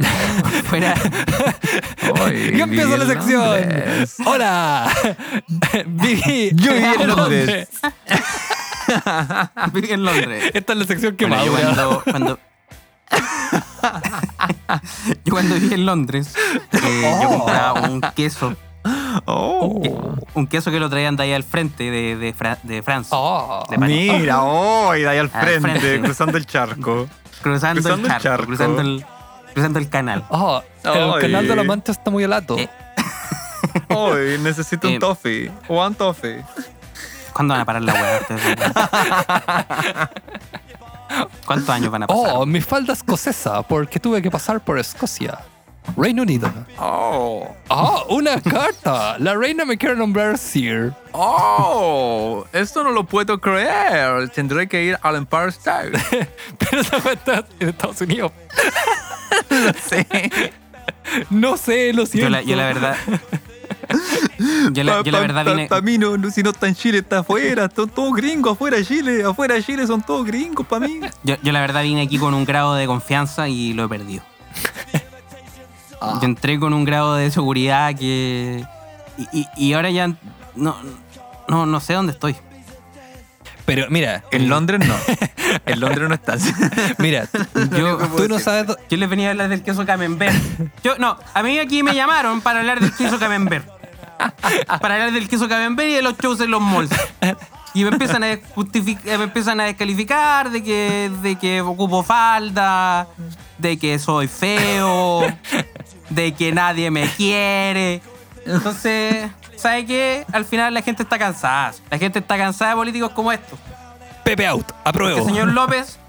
[SPEAKER 2] Fuera.
[SPEAKER 3] Ay,
[SPEAKER 1] Yo
[SPEAKER 3] viví
[SPEAKER 1] empiezo la
[SPEAKER 3] en
[SPEAKER 1] sección.
[SPEAKER 3] Londres.
[SPEAKER 1] Hola. Vivi.
[SPEAKER 3] Yo viví en
[SPEAKER 1] ¿Dónde?
[SPEAKER 3] Londres.
[SPEAKER 2] viví en Londres.
[SPEAKER 1] Esta es la sección que
[SPEAKER 2] Bueno,
[SPEAKER 1] más
[SPEAKER 2] yo
[SPEAKER 1] dura.
[SPEAKER 2] cuando, cuando- yo cuando viví en Londres, eh, yo compraba un queso.
[SPEAKER 3] Oh.
[SPEAKER 2] Un queso que lo traían de ahí al frente de, de, Fra- de Francia.
[SPEAKER 1] Oh.
[SPEAKER 2] de París.
[SPEAKER 6] Mira, hoy, de ahí al
[SPEAKER 2] Al
[SPEAKER 6] frente,
[SPEAKER 2] frente.
[SPEAKER 6] cruzando el charco.
[SPEAKER 2] cruzando,
[SPEAKER 6] cruzando
[SPEAKER 2] el
[SPEAKER 6] el
[SPEAKER 2] charco,
[SPEAKER 6] charco.
[SPEAKER 2] Cruzando, el, cruzando el canal.
[SPEAKER 1] Oh, el
[SPEAKER 6] Ay.
[SPEAKER 1] canal de la mancha está muy alato.
[SPEAKER 2] Eh.
[SPEAKER 6] Hoy necesito
[SPEAKER 2] Eh.
[SPEAKER 6] un toffee, one toffee.
[SPEAKER 2] ¿Cuándo van a parar la weá? ustedes? ¿Cuántos años van a pasar?
[SPEAKER 1] Oh, mi falda escocesa porque tuve que pasar por Escocia. Reino Unido.
[SPEAKER 6] Oh,
[SPEAKER 1] Ah, una carta. La reina me quiere nombrar Sir.
[SPEAKER 6] oh, esto no lo puedo creer. Tendré que ir al Empire State.
[SPEAKER 1] Pero esa fue esta- en Estados Unidos. No sé, lo siento.
[SPEAKER 2] yo, la, yo la verdad. Yo
[SPEAKER 6] Ah,
[SPEAKER 2] la, yo la verdad vine.
[SPEAKER 6] Para mí, no, no, si no está en Chile, está afuera. Son todos gringos afuera de Chile. Afuera de Chile son todos gringos para mí.
[SPEAKER 2] Yo, yo la verdad vine aquí con un grado de confianza y lo he perdido.
[SPEAKER 1] Ah.
[SPEAKER 2] Yo entré con un grado de seguridad que. Y, y- y ahora ya no, no, no sé dónde estoy.
[SPEAKER 1] Pero mira,
[SPEAKER 3] En Londres no. En Londres no estás.
[SPEAKER 1] mira,
[SPEAKER 2] Yo,
[SPEAKER 1] tú no sabes. dó-
[SPEAKER 2] yo les venía a hablar del queso camembert. Yo, no, a mí aquí me llamaron para hablar del queso camembert. Para hablar del queso camembert y de los shows en los malls. Y me empiezan a, justific- eh, me empiezan a descalificar de que, de que ocupo falda, de que soy feo, de que nadie me quiere. Entonces, ¿sabe qué? Al final la gente está cansada. La gente está cansada de políticos como estos.
[SPEAKER 1] Pepe out,
[SPEAKER 2] Que
[SPEAKER 1] apruebo.
[SPEAKER 2] Este señor López,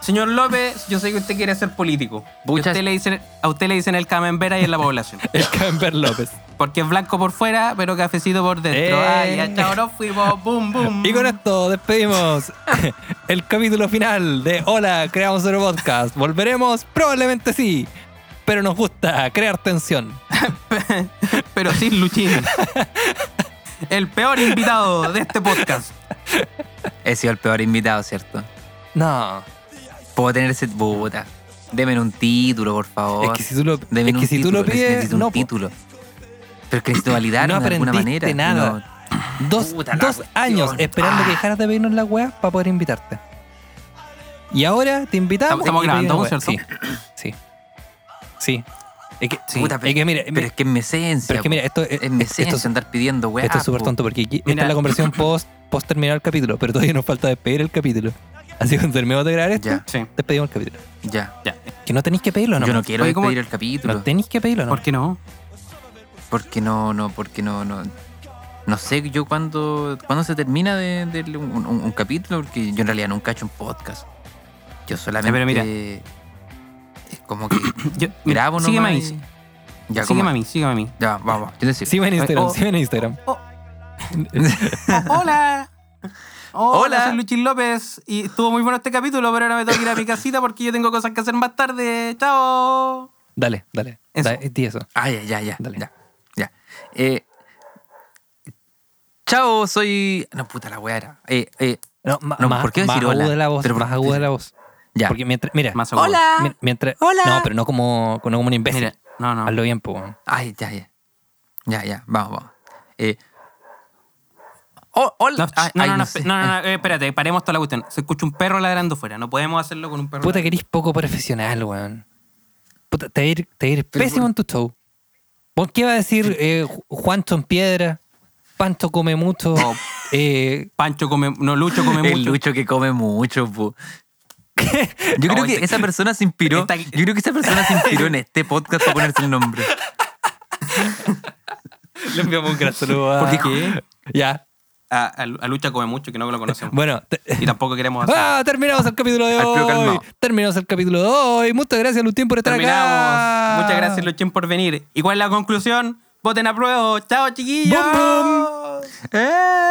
[SPEAKER 2] señor López, yo sé que usted quiere ser político. Y a
[SPEAKER 3] Muchas-
[SPEAKER 2] usted le dicen, a usted le dicen el camembera y en la población.
[SPEAKER 1] El Camber López.
[SPEAKER 2] Porque es blanco por fuera, pero cafecito por dentro.
[SPEAKER 1] Eh.
[SPEAKER 2] Ay, ya chao, nos fuimos. Boom, boom.
[SPEAKER 1] Y con esto despedimos el capítulo final de Hola, creamos otro podcast. Volveremos, probablemente sí. Pero nos gusta crear tensión.
[SPEAKER 2] Pero sin Luchín. El peor invitado de este podcast.
[SPEAKER 3] He sido el peor invitado, ¿cierto?
[SPEAKER 1] No.
[SPEAKER 3] Puedo tener ese. Puta. Deme un título, por favor.
[SPEAKER 1] Es que si tú lo,
[SPEAKER 3] Deme
[SPEAKER 1] es que si tú lo pides,
[SPEAKER 3] necesito
[SPEAKER 1] no,
[SPEAKER 3] un
[SPEAKER 1] po.
[SPEAKER 3] título. Pero es que necesito validarme
[SPEAKER 1] No
[SPEAKER 3] de alguna
[SPEAKER 1] aprendiste
[SPEAKER 3] manera.
[SPEAKER 1] nada. Dos,
[SPEAKER 3] Puta la
[SPEAKER 1] dos
[SPEAKER 3] cuestión.
[SPEAKER 1] años esperando que dejaras de pedirnos la weá para poder invitarte. Y ahora te invitamos.
[SPEAKER 2] Estamos
[SPEAKER 1] y
[SPEAKER 2] grabando,
[SPEAKER 1] pedimos
[SPEAKER 2] ¿cierto?
[SPEAKER 1] weá. Sí. Sí. Sí. Es que,
[SPEAKER 3] No, puta,
[SPEAKER 1] es
[SPEAKER 3] pero,
[SPEAKER 1] que mira,
[SPEAKER 3] pero es que es mi esencia.
[SPEAKER 1] pero es que mira,
[SPEAKER 3] po.
[SPEAKER 1] esto-
[SPEAKER 3] es
[SPEAKER 1] esto-
[SPEAKER 3] mi esencia
[SPEAKER 1] esto-
[SPEAKER 3] andar pidiendo, weá.
[SPEAKER 1] esto es súper
[SPEAKER 3] po.
[SPEAKER 1] tonto porque aquí- esta
[SPEAKER 2] Mira.
[SPEAKER 1] es la conversación post, post terminar el capítulo, pero todavía nos falta despedir el capítulo. Así que cuando terminemos de grabar esto,
[SPEAKER 3] Ya.
[SPEAKER 2] Sí.
[SPEAKER 1] despedimos el capítulo.
[SPEAKER 3] Ya.
[SPEAKER 1] Que no tenéis que pedirlo, ¿no?
[SPEAKER 3] Yo no quiero
[SPEAKER 2] Oye, ¿cómo-
[SPEAKER 3] despedir el capítulo.
[SPEAKER 1] No tenéis que pedirlo, ¿no?
[SPEAKER 2] ¿Por qué no?
[SPEAKER 3] Porque no, no, porque no, no. No sé yo cuándo, cuándo se termina de, de un, un- un capítulo, porque yo en realidad nunca he hecho un podcast. Yo solamente.
[SPEAKER 2] pero mira.
[SPEAKER 3] Es como que
[SPEAKER 2] Yo-
[SPEAKER 3] grabo nomás.
[SPEAKER 2] sígueme a
[SPEAKER 3] y-
[SPEAKER 2] mí.
[SPEAKER 3] Ya,
[SPEAKER 2] Sígueme
[SPEAKER 3] ¿cómo?
[SPEAKER 2] a mí, sígueme a mí.
[SPEAKER 3] Ya, vamos. ¿Qué decir?
[SPEAKER 1] Sí, en Instagram,
[SPEAKER 2] Oh.
[SPEAKER 1] sí, en Instagram.
[SPEAKER 2] O-
[SPEAKER 3] oh.
[SPEAKER 2] Hola. Hola,
[SPEAKER 3] Hola.
[SPEAKER 2] soy Luchín López y estuvo muy bueno este capítulo, pero ahora me tengo que ir a mi casita porque yo tengo cosas que hacer más tarde. Chao.
[SPEAKER 1] Dale, dale.
[SPEAKER 2] Eso.
[SPEAKER 1] Dale, di eso.
[SPEAKER 3] Ah, ya, ya, ya.
[SPEAKER 1] Dale.
[SPEAKER 3] Ya. ya. Eh, chao, soy. No, puta la weá era. Eh, eh,
[SPEAKER 1] No, ma-
[SPEAKER 3] No,
[SPEAKER 1] más,
[SPEAKER 3] ¿por qué decir
[SPEAKER 1] más
[SPEAKER 3] hola?
[SPEAKER 1] aguda la voz.
[SPEAKER 3] Pero
[SPEAKER 1] más aguda la voz.
[SPEAKER 3] ya.
[SPEAKER 1] Porque mientras. Mira.
[SPEAKER 2] Más agudo.
[SPEAKER 1] mi- Mientras,
[SPEAKER 3] Hola.
[SPEAKER 1] No, pero no como, no como un imbécil.
[SPEAKER 2] Mira, no, no.
[SPEAKER 1] Hazlo bien, po. weón.
[SPEAKER 3] Ay, ya, ya. Ya, ya. Vamos, vamos. Eh, oh, hola.
[SPEAKER 2] No,
[SPEAKER 3] Ay,
[SPEAKER 2] no,
[SPEAKER 3] ay,
[SPEAKER 2] no, no,
[SPEAKER 3] sé.
[SPEAKER 2] espe- no, no, no, eh, espérate, paremos toda la cuestión. Se escucha un perro ladrando fuera, no podemos hacerlo con un perro.
[SPEAKER 1] Puta
[SPEAKER 2] ladrando.
[SPEAKER 1] que eres poco profesional, weón. Puta, te va a ir, te va a ir pésimo en tu show. ¿Por qué va a decir eh, Ju- Juancho en piedra? Pancho come mucho. Eh,
[SPEAKER 2] Pancho come, no, Lucho come
[SPEAKER 3] El
[SPEAKER 2] mucho.
[SPEAKER 3] Lucho que come mucho, po. Yo creo
[SPEAKER 2] No,
[SPEAKER 3] que
[SPEAKER 2] este-
[SPEAKER 3] esa persona se inspiró.
[SPEAKER 2] Esta-
[SPEAKER 3] Yo creo que
[SPEAKER 1] Este
[SPEAKER 3] esa persona se inspiró en este podcast para ponerse el nombre.
[SPEAKER 1] Le enviamos un gran saludo a.
[SPEAKER 2] ¿Por qué?
[SPEAKER 1] Ya.
[SPEAKER 2] Ah, A, a Lu- a Lucha come mucho, que no lo conocemos.
[SPEAKER 1] Bueno. te-
[SPEAKER 2] Y tampoco queremos hacer.
[SPEAKER 1] Ah, terminamos el capítulo de
[SPEAKER 3] Al
[SPEAKER 1] hoy.
[SPEAKER 3] frío calmado.
[SPEAKER 1] Terminamos el capítulo de hoy. Muchas gracias, Lutín, por estar acá.
[SPEAKER 2] Terminamos. Muchas gracias, Luchín, por venir. ¿Y cuál es la conclusión? Voten a prueba. Chao, chiquillos.
[SPEAKER 1] Bum, bum.
[SPEAKER 3] ¡Eh!